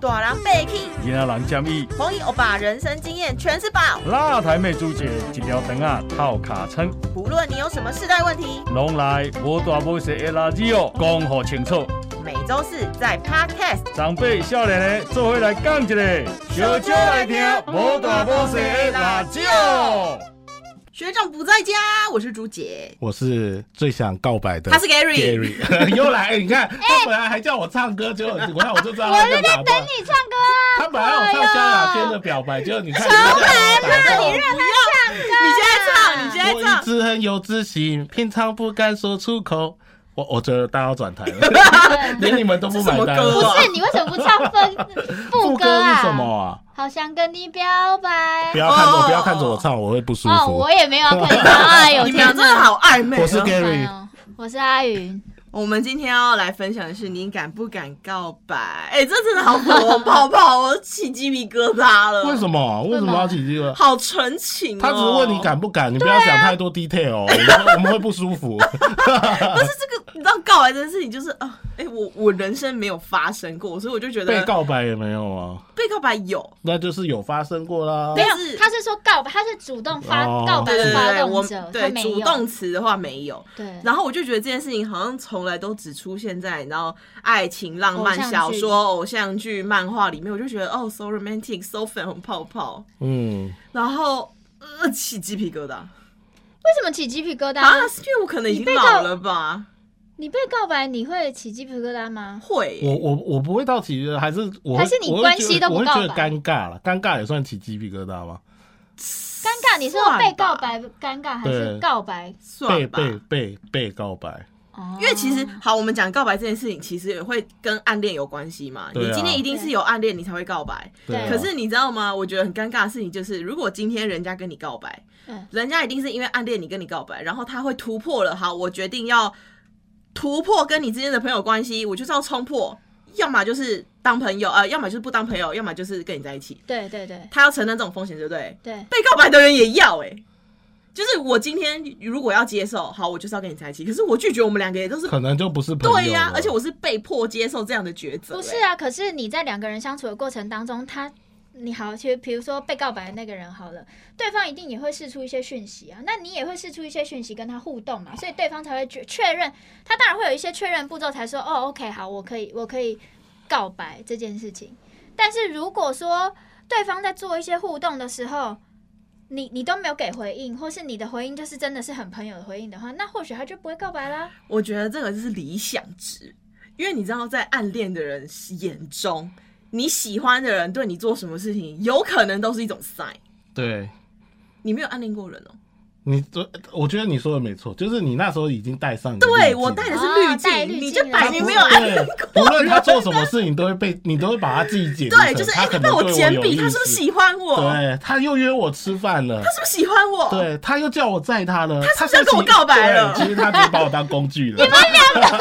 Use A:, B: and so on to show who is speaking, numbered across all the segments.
A: 大人被气，
B: 囡仔人建议，
A: 黄奕欧巴人生经验全是宝。
B: 辣台妹主姐一条肠啊套卡称，
A: 不论你有什么世代问题，
B: 拢来无大无小的垃圾哦，讲好清楚。
A: 每周四在 Podcast
B: 长辈少年的做伙来讲一个，
A: 小少来听无大无小的辣椒。学长不在家，我是朱姐，
C: 我是最想告白的，
A: 他是 Gary，
C: Gary，又 来、你看他本来还叫我唱歌，结果我看我就知道
D: 我
C: 他
D: 是
C: 在
D: 在
C: 打
D: 等
C: 断。
D: 你唱歌啊！
C: 他本来要唱萧亚轩的表白，结果你看，重
D: 来嘛，你让他
A: 你现在唱，你现在
C: 我一
A: 唱，
C: 直很有自信，平常不敢说出口。我我觉得大家要转台了，
D: 唱歌。
C: 连你们都不买单。
A: 这什么歌啊
D: 不是你为什么不唱分
C: 副
D: 副
C: 歌
D: 歌
C: 是
D: 啊？
C: 什么啊？
D: 好想跟你表白
C: 不。要看着我，不要看着我唱，我会不舒
D: 哦，
C: 服
D: 我。也没有看到。哎呦，
A: 你们俩
D: 天
A: 真的
D: 哪！
A: 好暧昧、哦。
C: 我是 Gary，
D: 哎呦我是阿云，
A: 我们今天要来分享的是，你敢不敢告白？哎、这真的好火泡泡，我起鸡皮疙瘩了。
C: 为什
A: 么？
C: 么？为什么要起这个？
A: 好纯情、哦。
C: 他只是问你，敢不敢，你不要想太多 detail，哦我们我们会不舒服。
A: 但是这个你知道告白这件事情，就是啊，哎、我我人生没有发生过，所以我就觉得
C: 被告白也没有啊，
A: 被告白有。
C: 那就是有发生过啦
D: 没。有
A: 但是，
D: 他是说告白，他是主动发
C: 哦
D: 告白
A: 对对
D: 发
A: 对，
D: 动
A: 我
D: 者，他
A: 对
D: 没
A: 主
D: 有
A: 动。词的话没有。
D: 对，
A: 然后我就觉得这件事情好像从来都只出现在你知道爱情、浪漫
D: 偶像
A: 小
D: 剧
A: 说、偶像剧、漫画里面，我就觉得哦，so romantic，so 粉红泡泡，
C: 嗯，
A: 然后呃起鸡皮疙瘩
D: 为什么起鸡皮疙瘩
A: 啊，
D: 呢？
A: 是因为我可能已经
D: 你被告
A: 老了吧？
D: 你被告白你会起鸡皮疙瘩吗？
A: 会耶、
C: 我我我不会到起，还是我会
D: 还是你
C: 我会
D: 关
C: 觉得
D: 系都不
C: 我会觉得
D: 告白
C: 尴尬了，尴尬也算起鸡皮疙瘩吗？
D: 尴尬，你是说被告白尴尬，还是
C: 对
D: 告白？
C: 被
A: 算吧。
C: 被被被告白，
D: 哦
A: 因为其实好，我们讲告白这件事情，其实也会跟暗恋有关系嘛。
C: 对啊
A: 你今天一定是有暗恋，你才会告白。
C: 对
D: 嗯
C: 啊。
A: 可是你知道吗？我觉得很尴尬的事情就是，如果今天人家跟你告白，
D: 嗯
A: 人家一定是因为暗恋你跟你告白，然后他会突破了。好，我决定要突破跟你之间的朋友关系，我就是要冲破，要么就是当朋友，呃，要么就是不当朋友，要么就是跟你在一起。
D: 对对对
A: 他要承担这种风险，对不对？
D: 对，
A: 被告白的人也要哎、就是我今天如果要接受，好，我就是要跟你在一起。可是我拒绝，我们两个也都是
C: 可能就不是朋友了。
A: 对呀、而且我是被迫接受这样的抉择、
D: 不是
A: 啊，
D: 啊。可是你在两个人相处的过程当中，他你好，其实比如说被告白的那个人好了，对方一定也会释出一些讯息啊，那你也会释出一些讯息跟他互动嘛，所以对方才会确确认，他当然会有一些确认步骤才说哦，OK，好，我可以，我可以告白这件事情。但是如果说对方在做一些互动的时候，你你都没有给回应，或是你的回应就是真的是很朋友的回应的话，那或许他就不会告白啦。
A: 我觉得这个就是理想值，因为你知道，在暗恋的人眼中，你喜欢的人对你做什么事情，有可能都是一种 sign。
C: 对
A: 你没有暗恋过人哦、
C: 你，我觉得你说的没错，就是你那时候已经带上你的滤
A: 对
C: 镜
A: 我戴的是
D: 哦
A: 滤镜，
D: 戴滤镜
A: 你就摆
C: 他
A: 明
C: 不
A: 没有暗恋。
C: 对，无论他做什么事，你都会被，你都会把他自己解读成。
A: 对，就是哎、他
C: 他可
A: 被
C: 能
A: 我
C: 对
A: 简
C: 有
A: 笔，
C: 意
A: 他是不是
C: 思
A: 喜欢我？他
C: 对，他又约我吃饭了。
A: 是不是喜欢我？，
C: 对，他又叫我载他了，
A: 他
C: 他
A: 是不是要跟我
C: 其实
A: 告白了
C: 对其实他只是把我当工具了。你们两个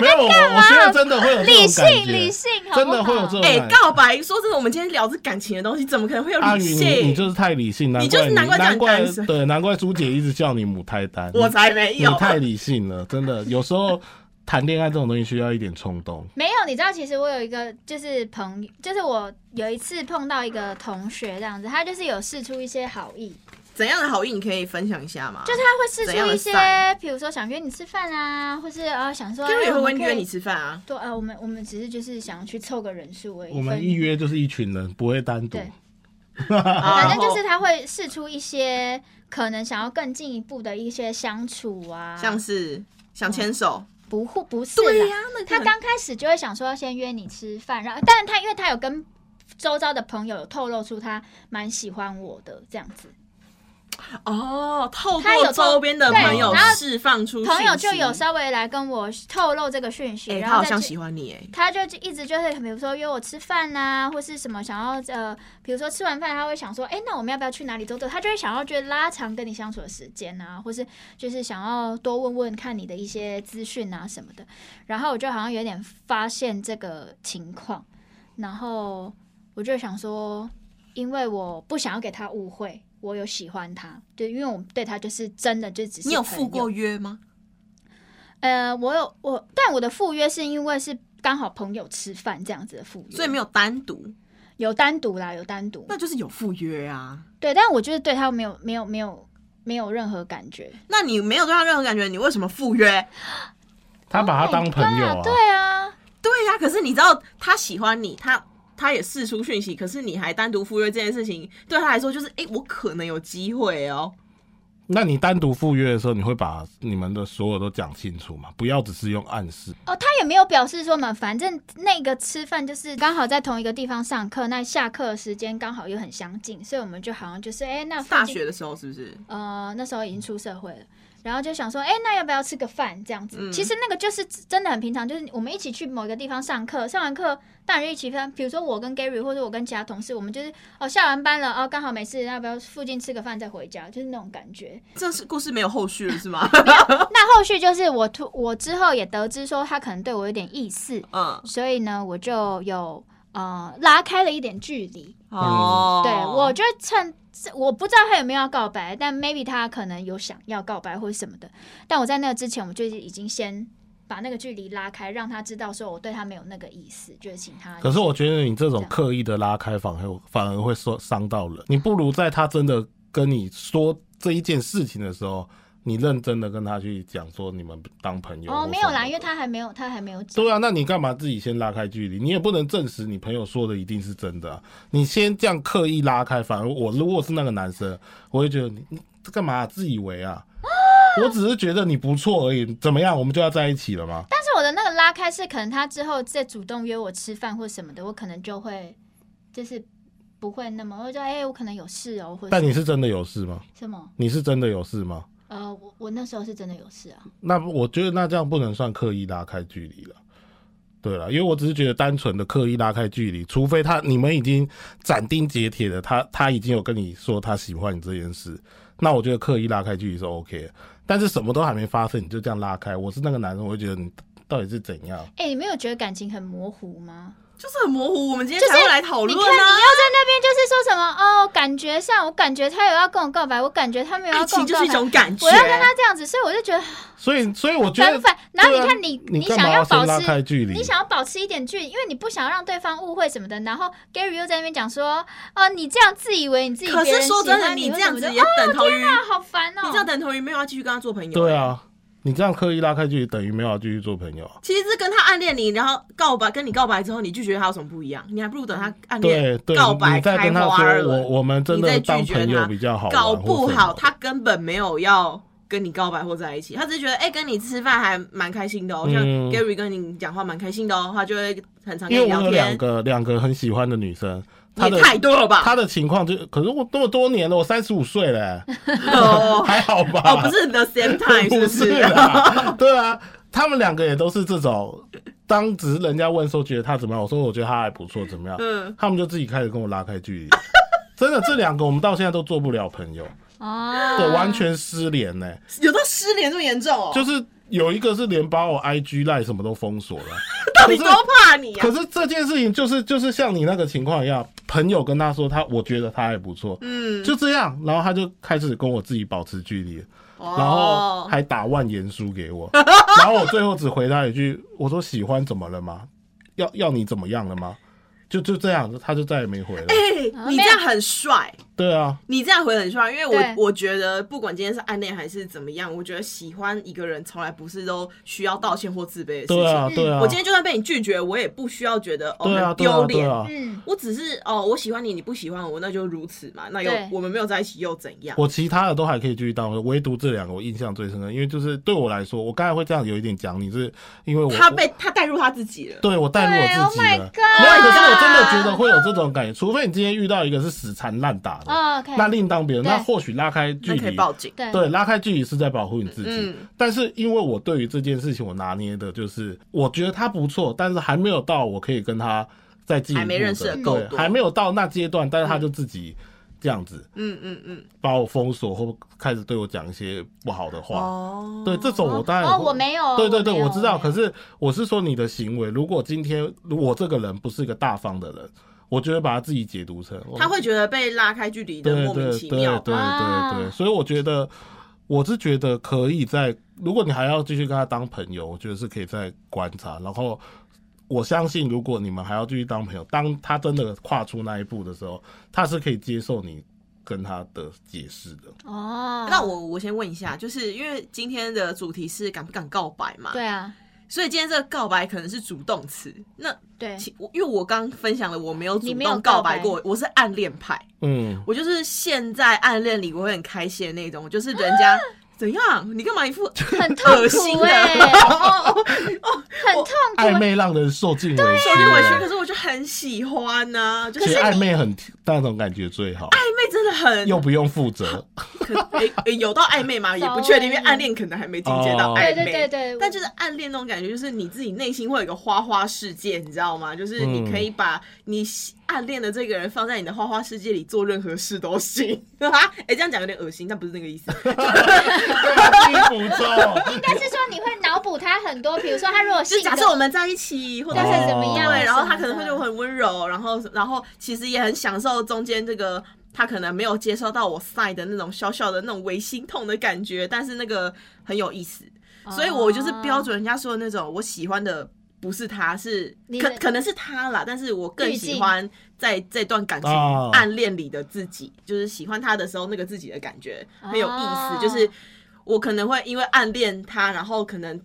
C: 没有，我我觉得真的会有这种
D: 理性
C: 感觉
D: 理性好不好
C: 真的会有这种
A: 哎、
C: 感觉。
A: 告白，说真的，我们今天聊的是感情的东西，怎么可能会有
C: 阿
A: 理
C: 云，啊你你
A: 性？
C: 就是太理性，难
A: 你就是
C: 怪
A: 难怪这样
C: 难怪
A: 单身
C: 对，难怪朱姐一直叫你母胎单。
A: 我才没
C: 你
A: 有。
C: 太理性了，真的，有时候谈恋爱这种东西需要一点冲动。
D: 没有，你知道，其实我有一个就是朋友，就是我有一次碰到一个同学这样子，他就是有试出一些好意，
A: 怎样的好运你可以分享一下吗？
D: 就是他会试
A: 啊怎样
D: 出
A: 的
D: 一些
A: 善，
D: 比如说想约你吃饭啊，或是呃想说，
A: Gary 会
D: 哎我
A: 不会
D: 们可
A: 约
D: 以
A: 你吃饭啊？
D: 对，呃，我们我们只是就是想要去凑个人数而已。
C: 我们
D: 分
C: 一约就是一群人，不会单独。
D: 对
A: 反
D: 反正就是他会试出一些可能想要更进一步的一些相处啊，
A: 像是想牵手，
D: 不互不是
A: 对
D: 啦
A: 呀、那个
D: 他刚开始就会想说要先约你吃饭，然后，但他因为他有跟周遭的朋友有透露出他蛮喜欢我的这样子，
A: 哦，透
D: 他
A: 过
D: 有
A: 周边的朋友
C: 对然
D: 后
A: 释放出
D: 朋友
A: 信
D: 就
A: 息
D: 有稍微来跟我透露这个讯息，
A: 哎、
D: 然
A: 他
D: 后
A: 好
D: 再
A: 像
D: 去
A: 喜欢你哎，
D: 他就一直就是，比如说约我吃饭呐、或是什么想要呃，比如说吃完饭，他会想说，哎、那我们要不要去哪里走走？他就会想要觉得拉长跟你相处的时间啊，或是就是想要多问问看你的一些资讯啊什么的。然后我就好像有点发现这个情况，然后我就想说，因为我不想要给他误会，我有喜欢他，对，因为我对他就是真的就只是
A: 你有
D: 朋
A: 赴
D: 友
A: 过约吗？
D: 呃，我有我，但我的赴约是因为是刚好朋友吃饭这样子的赴约，
A: 所以没有单独，
D: 有单独啦，有单独
A: 那，就是有赴约啊。
D: 对，但我就是对他没有没有没有没有任何感觉，
A: 那你没有对他任何感觉，你为什么赴约？
C: 他把他当朋友啊
D: Oh my
A: 哦
D: God，，对啊，
A: 对呀、可是你知道他喜欢你，他他也试出讯息，可是你还单独赴约这件事情，对他来说就是，哎、我可能有机会哦。
C: 那你单独赴约的时候，你会把你们的所有都讲清楚吗？不要只是用暗示。
D: 哦，他也没有表示说嘛，反正那个吃饭就是刚好在同一个地方上课，那下课的时间刚好又很相近，所以我们就好像就是哎、那附近
A: 大学的时候是不是？
D: 呃，那时候已经出社会了，然后就想说，哎、那要不要吃个饭这样子？
A: 嗯
D: 其实那个就是真的很平常，就是我们一起去某一个地方上课，上完课当然就一起饭，比如说我跟 Gary 或者我跟其他同事，我们就是哦下完班了哦刚好没事，要不要附近吃个饭再回家，就是那种感觉。
A: 这是故事没有后续了是吗？
D: 那后续就是我突我之后也得知说他可能对我有点意思，
A: 嗯，
D: 所以呢我就有呃拉开了一点距离。
A: 哦，
D: 对我就趁我不知道他有没有要告白，但 maybe 他可能有想要告白或者什么的。但我在那之前，我就已经先把那个距离拉开，让他知道说我对他没有那个意思，就是请他。
C: 可是我觉得你这
D: 这
C: 种
D: 样
C: 刻意的拉开，反而反而会说伤到人。你不如在他真的跟你说这一件事情的时候，你认真的跟他去讲说你们当朋友。
D: 哦，没有啦，因为
C: 他。
D: 他还没有，他还没有讲。
C: 对啊，那你干嘛自己先拉开距离？你也不能证实你朋友说的一定是真的啊、你先这样刻意拉开，反而我如果是那个男生，我会觉得你你这干嘛啊、自以为 啊？我只是觉得你不错而已，怎么样？我们就要在一起了吗？
D: 但是我的那个拉开是，可能他之后再主动约我吃饭或什么的，我可能就会就是不会那么，我就说哎、我可能有事哦，或者
C: 但你是真的有事吗？
D: 什么？
C: 你是真的有事吗？
D: 呃，我我那时候是真的有事啊。
C: 那我觉得那这样不能算刻意拉开距离了。对了，因为我只是觉得单纯的刻意拉开距离，除非他你们已经斩钉截铁的，他他已经有跟你说他喜欢你这件事，那我觉得刻意拉开距离是 OK 的。但是什么都还没发生，你就这样拉开，我是那个男生，我会觉得你到底是怎样？
D: 哎、你没有觉得感情很模糊吗？
A: 就是很模糊。我们今天
D: 就是
A: 才会来讨
D: 你
A: 论
D: 看，你要
A: 啊。
D: 在那边就是说什么哦，感觉上我感觉他有要跟我告白，我感觉他没有要
A: 爱
D: 跟我
A: 情就
D: 告
A: 是一
D: 白，
A: 种感觉，
D: 我要跟他这样子，所以我就觉得
C: 所以，所以我觉
D: 反
C: 得
D: 反。然后你看
C: 对啊
D: 你，
C: 你干
D: 想
C: 嘛
D: 要保
C: 先拉开
D: 持。
C: 距离？
D: 你想要保持一点距离，因为你不想让对方误会什么的。然后 Gary 又在那边讲说：“哦，你这样自以为你自己
A: 可
D: 别
A: 是
D: 人
A: 说
D: 喜
A: 真的，
D: 欢
A: 你
D: 你
A: 这
D: 会
A: 样
D: 怎么
A: 子
D: 的
A: 也等同于、
D: 啊，好烦哦！
A: 你这样等同于没有要继续跟他做朋友。
C: 对，啊，你这样刻意拉开距离，等于没有要继续做朋友啊。
A: 其实是跟他暗恋你，然后告白，跟你告白之后，你拒绝他有什么不一样？你还不如等他暗恋
C: 对对，
A: 告白
C: 你再
A: 开
C: 跟他
A: 花
C: 说，
A: 了，
C: 我我们真
A: 你再
C: 的
A: 拒
C: 当
A: 绝
C: 朋友
A: 他
C: 比较好玩，
A: 搞不
C: 或什么
A: 好
C: 的
A: 他根本没有要跟你告白或在一起，他只是觉得哎、跟你吃饭还蛮开心的哦，像
C: 嗯
A: Gary 跟你讲话蛮开心的哦，他就会很常跟
C: 因
A: 你
C: 为我
A: 聊
C: 有两
A: 天。
C: 个两个很喜欢的女生，她
A: 也
C: 的
A: 太多了吧？
C: 她的情况就，可是我那么多年了，我三十五岁 了、
A: 哦
C: 还好吧？
A: 哦，不是 the same time 是
C: 不
A: 不
C: 是
A: 是？
C: 啦，对啊， 他们两个也都是这种，当只是人家问说觉得她怎么样，我说我觉得她还不错，怎么样，
A: 嗯，
C: 他们就自己开始跟我拉开距离。 真的，这两个我们到现在都做不了朋 友，
D: 哦，
A: 啊
C: 对，完全失联呢、
A: 有到失联这么严重哦？
C: 就是有一个是连把我 IG 赖什么都封锁了，
A: 到底多怕你啊
C: 可？是这件事情就是就是像你那个情况一样，朋友跟他说他，我觉得他还不错，
A: 嗯，
C: 就这样，然后他就开始跟我自己保持距离，然后
A: 哦，
C: 还打万言书 给我，然后我最后只回他一句，我说喜欢怎么了吗？要要你怎么样了吗？就就这样，他就再也没回了。
A: 哎、
D: 啊
A: 你
D: 没
A: 这
D: 有
A: 样很帅，
C: 对啊，
A: 你这样回很帅，因为
D: 对
A: 我我觉得不管今天是暗恋还是怎么样，我觉得喜欢一个人从来不是都需要道歉或自卑的事情。
C: 对啊，
D: 嗯
C: 对啊，
A: 我今天就算被你拒绝，我也不需要觉得哦
C: 对啊，
A: 很
C: 对
A: 丢
C: 啊，对
A: 脸。
C: 啊。
D: 嗯，
A: 我只是哦，我喜欢你，你不喜欢我，那就如此嘛。那又
D: 对
A: 我们没有在一起又怎样？
C: 我其他的都还可以继续当朋友，唯独这两个我印象最深刻，因为就是对我来说，我刚才会这样有一点讲你，是因为我
A: 他被他带入他自己了。
C: 对我带入
D: 对
C: 我
D: ，Oh
C: 自己
D: my
C: 了。没有，
D: God！
C: 可是我真的觉得会有这种感觉，除非你今天遇到一个是死缠烂打的，
D: 哦，OK，
C: 那另当别论。
D: 对
C: 那或许拉开距
A: 那可以
C: 离，
A: 报警。
D: 对
C: 对，拉开距离是在保护你自己。
A: 嗯
C: 但是因为我对于这件事情，我拿捏的就是，我觉得他不错，但是还没有到我可以跟他再进一步的
A: 还没认识得够
C: 对
A: 多
C: 还没有到那阶段，但是他就自己这样子
A: 嗯嗯嗯。
C: 把我封锁，或开始对我讲一些不好的话。
A: 哦
C: 对，这种我当然
D: 嗯哦，
C: 会
D: 我没有，
C: 对对对，
D: 没有
C: 我知道。
D: 没有
C: 可是我是说你的行为，如果今天我这个人不是一个大方的人，我就会把他自己解读成我
A: 他会觉得被拉开距离的
C: 对
A: 莫名
C: 对
A: 其
C: 对对
A: 妙。
C: 对对，
D: 啊
C: 所以我觉得我是觉得可以在，如果你还要继续跟他当朋友，我觉得是可以再观察，然后。我相信，如果你们还要继续当朋友，当他真的跨出那一步的时候，他是可以接受你跟他的解释的。
D: 哦，
A: 那我我先问一下，就是因为今天的主题是敢不敢告白嘛，
D: 对啊，
A: 所以今天这个告白可能是主动词。那
D: 对，
A: 其我因为我刚分享了我没有主
D: 你没有
A: 动
D: 告
A: 告白
D: 白
A: 过，我是暗恋派，
C: 嗯，
A: 我就是现在暗恋里我会很开心的那种，我就是人
D: 啊
A: 家怎样，你干嘛一副
D: 很
A: 恶
D: 痛
A: 心啊
D: 苦
A: 的
D: 哎、哦哦，很痛苦欸、
C: 暧昧让人受尽委屈，
A: 受尽委屈，可是我就很喜欢呐、就
C: 其
A: 是
C: 实
A: 暧
C: 暧昧很那种感觉最好，
A: 昧真的很
C: 又不用负 责。
A: 可诶诶有到暧昧 吗？也不确定，因为暗恋可能还没进阶到
C: 哦
A: 暧昧。
D: 欸对对对对，
A: 但就是暗恋那种感觉，就是你自己内心会有一个花花世界，你知道吗？就是你可以把你喜暗恋的这个人放在你的花花世界里，做任何事都行。 哎、这样讲有点恶心，但不是那个意思。
C: 自己补充，
D: 应该是说你会脑补他很多，比如说他如果
A: 就是
D: 性格
A: 假设我们在一起，或者
D: 但
A: 是
D: 是怎么样，
C: 哦
A: 对，然后他可能会对我很温柔，然后然后其实也很享受中间这个他可能没有接收到我晒的那种小小的那种微心痛的感觉，但是那个很有意思，所以我就是
D: 哦
A: 标准人家说的那种我喜欢的。不是他，是
D: 你
A: 可
D: 的
A: 可能是他啦，但是我更
D: 滤镜
A: 喜欢在这段感情
C: 哦
A: 暗恋里的自己，就是喜欢他的时候那个自己的感觉很有意
D: 哦
A: 思，就是我可能会因为暗恋他，然后可能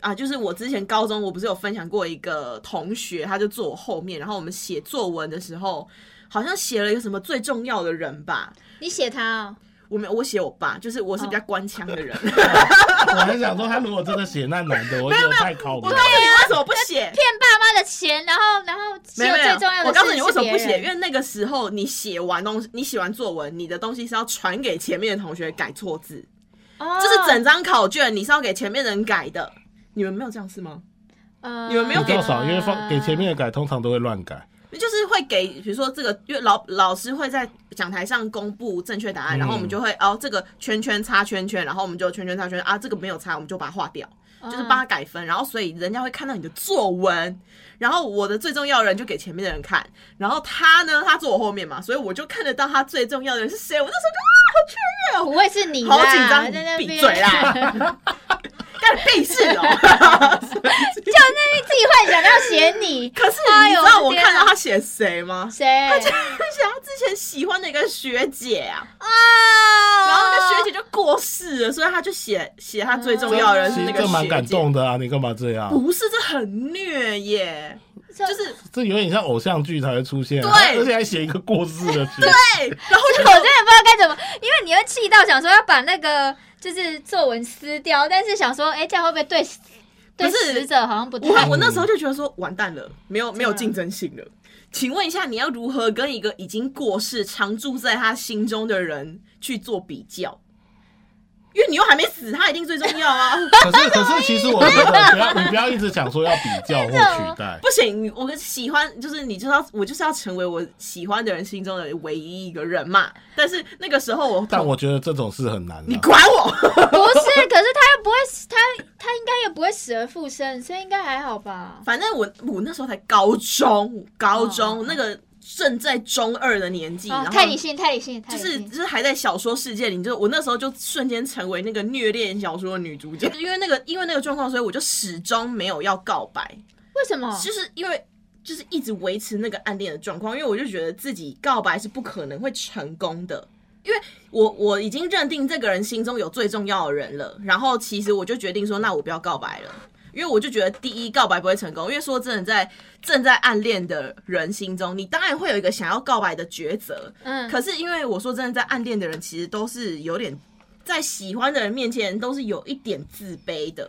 A: 啊，就是我之前高中我不是有分享过一个同学，他就坐我后面，然后我们写作文的时候，好像写了一个什么最重要的人吧。
D: 你写他哦，
A: 我没有，我写我爸，就是我是比较官腔的 人。
C: 我还想说，他如果真的写那男的，我觉得太靠谱
A: 我告。诉你为什么不 写？
D: 骗爸妈的钱，然后然后只
A: 没有
D: 有
A: 没
D: 最
A: 有
D: 重要，的
A: 我告诉你
D: 事
A: 为
D: 是
A: 什么不
D: 别
A: 写，
D: 人
A: 因为那个时候你写完东西，你写完作文，你的东西是要传给前面的同学改错字，
D: 哦
A: 这是整张考卷你是要给前面人改的。你们没有这样是吗？
D: 呃
A: 你们没有
C: 比
A: 给
C: 较少，因为
D: 哦
C: 放给前面的改，通常都会乱改。
A: 就是会给，比如说这个，因为老老师会在讲台上公布正确答案，
C: 嗯
A: 然后我们就会哦，这个圈圈擦圈圈，然后我们就圈圈擦圈啊，这个没有擦，我们就把它划掉，就是
D: 嗯
A: 帮它改分，然后所以人家会看到你的作文，然后我的最重要的人就给前面的人看，然后他呢，他坐我后面嘛，所以我就看得到他最重要的人是谁，我那时候就啊，好确认
D: 哦不会是 你啦，
A: 好紧张，
D: 在那
A: 你
D: 边哦
A: 闭嘴， 啦，干你屁事哦！
D: 就那边自己幻想要写你，
A: 可是
D: 哎
A: 你
D: 呦
A: 知道我
D: 我的天啊
A: 看到他写谁吗？
D: 谁哦
A: 他就是他之前喜欢的一个学姐啊，
D: 啊
A: 然后那个学姐就过世了，所以他就写写他最重
D: 嗯
A: 要的人
C: 其
A: 是那
C: 实
A: 个
C: 这蛮感
A: 学姐。
C: 动的啊！你干嘛这样？
A: 不是，这很虐耶，
D: 就
A: 就是
C: 这有点像偶像剧才会出现，啊
A: 对
C: 而且还写一个过世的剧。
A: 对，然后
D: 我真的不知道该怎么，因为你会气到想说要把那个就是作文撕掉，但是想说，哎、这样会不会对对
A: 不是
D: 死者好像不
A: 我
D: 太？
A: 我那时候就觉得说完蛋了，没有没有竞争性了。请问一下，你要如何跟一个已经过世、常住在他心中的人去做比较？因为你又还没死，他一定最重要 啊！
C: 可 是可是，其实我觉得不要你不要一直想说要比较或取代。
A: 不行，你我喜欢就是你就是要我就是要成为我喜欢的人心中的唯一一个人嘛。但是那个时候我
C: 但我觉得这种事很难啊。
A: 你管我，
D: 不是，可是他又不会，他他应该也不会死而复生，所以应该还好吧？
A: 反正我我那时候才高中，高中、
D: 哦
A: 那个正在中二的年纪，
D: 啊，
A: 然
D: 太理
A: 后
D: 性，太理性，太
A: 就
D: 理
A: 是
D: 性。
A: 就是还在小说世界里，就我那时候就瞬间成为那个虐恋小说的女主角， 因为那个因为那个状况，所以我就始终没有要告白，
D: 为什么？
A: 就是因为。就是一直维持那个暗恋的状况，因为我就觉得自己告白是不可能会成功的，因为我我已经认定这个人心中有最重要的人了，然后其实我就决定说，那我不要告白了，因为我就觉得第一告白不会成功，因为说真的在，正在暗恋的人心中，你当然会有一个想要告白的抉择，
D: 嗯，
A: 可是因为我说真的，在暗恋的人其实都是有点在喜欢的人面前都是有一点自卑的。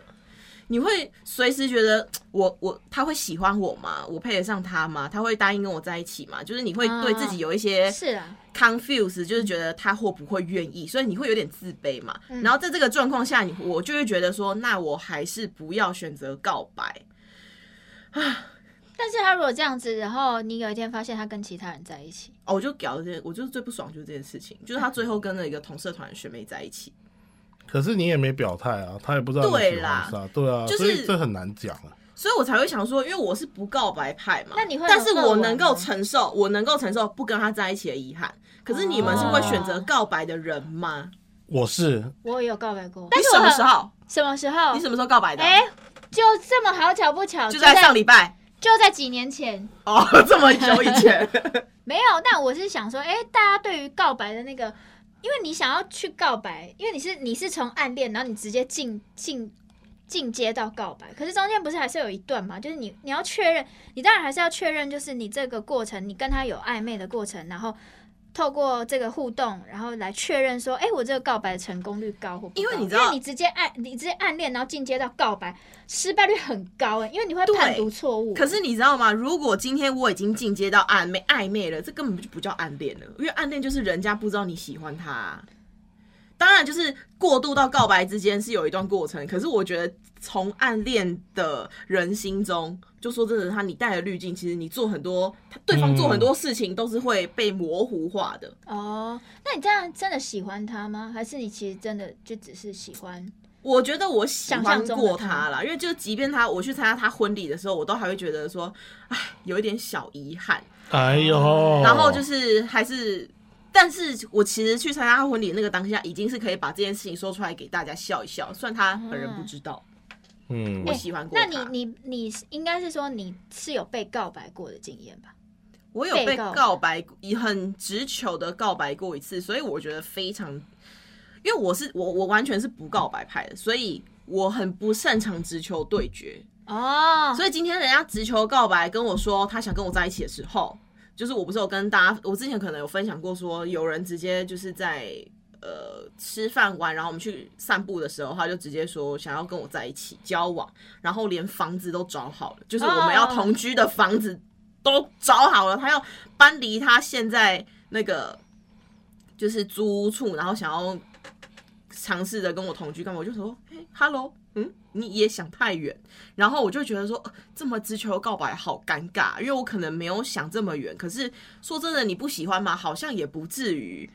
A: 你会随时觉得我我他会喜欢我吗？我配得上他吗？他会答应跟我在一起吗？就是你会
D: 嗯
A: 对自己有一些
D: 是啊，
A: confuse，就是觉得他会不会愿意，所以你会有点自卑嘛。
D: 嗯
A: 然后在这个状况下，你我就会觉得说，那我还是不要选择告白。
D: 但是他如果这样子，然后你有一天发现他跟其他人在一起，
A: 哦，我就搞这，我就是最不爽就是这件事情，就是他最后跟了一个同社团的学妹在一起。
C: 可是你也没表态啊，他也不知道你喜欢啥，对啊，
A: 就是
C: 所以这很难讲啊。
A: 所以我才会想说，因为我是不告白派嘛，
D: 那你会
A: 但是
D: 很
A: 我
D: 扼腕
A: 能够
D: 吗
A: 承受，我能够承受不跟他在一起的遗憾。可是你们是会选择告白的人吗？
C: 我是
D: 我也有告白哦过，但
A: 你
D: 是我
A: 什么时
D: 很哦
A: 候？
D: 什么时候
A: 你？什么时候告白的？
D: 哎、就这么好巧不巧，
A: 就在上礼拜。
D: 就在几年前，
A: 哦，这么久以前，
D: 没有，但我是想说，哎、大家对于告白的那个，因为你想要去告白，因为你是你是从暗恋，然后你直接进进进阶到告白，可是中间不是还是有一段嘛？就是你你要确认，你当然还是要确认，就是你这个过程，你跟他有暧昧的过程，然后透过这个互动，然后来确认说，哎、我这个告白的成功率高或不高？
A: 因为你知道
D: 因为你直接暗你直接暗恋，然后进阶到告白，失败率很高、哎，因为你会
A: 对
D: 判读错误。
A: 可是你知道吗？如果今天我已经进阶到暧昧暧昧了，这根本就不叫暗恋了，因为暗恋就是人家不知道你喜欢他啊、当然，就是过渡到告白之间是有一段过程，可是我觉得从暗恋的人心中，就说真的，他你带的滤镜，其实你做很多，他对方做很多事情都是会被模糊化的。
D: 哦，那你这样真的喜欢他吗？还是你其实真的就只是喜欢？
A: 我觉得我喜欢
D: 想象中
A: 过
D: 的他
A: 他啦，因为就即便他我去参加他婚礼的时候，我都还会觉得说，哎，有一点小遗憾。
C: 哎呦，
A: 然后就是还是，但是我其实去参加他婚礼那个当下，已经是可以把这件事情说出来给大家笑一笑，虽然他本人不知道，
C: 嗯
A: 我，喜欢过
D: 哎那
A: 他。
D: 你你你应该是说你是有被告白过的经验吧？
A: 我有被
D: 被告
A: 告白，也很直球的告白过一次，所以我觉得非常，因为我是我我完全是不告白派的，所以我很不擅长直球对决。
D: 哦，
A: 所以今天人家直球告白跟我说他想跟我在一起的时候，就是我不是有跟大家，我之前可能有分享过说，有人直接就是在呃吃饭完，然后我们去散步的时候，他就直接说想要跟我在一起交往，然后连房子都找好了，就是我们要同居的房子都找好了，他要搬离他现在那个就是租屋处，然后想要尝试着跟我同居干嘛？我就说，嘿，hello，嗯，你也想太远。然后我就觉得说，呃这么直球告白好尴尬，因为我可能没有想这么远。可是说真的，你不喜欢吗？好像也不至于。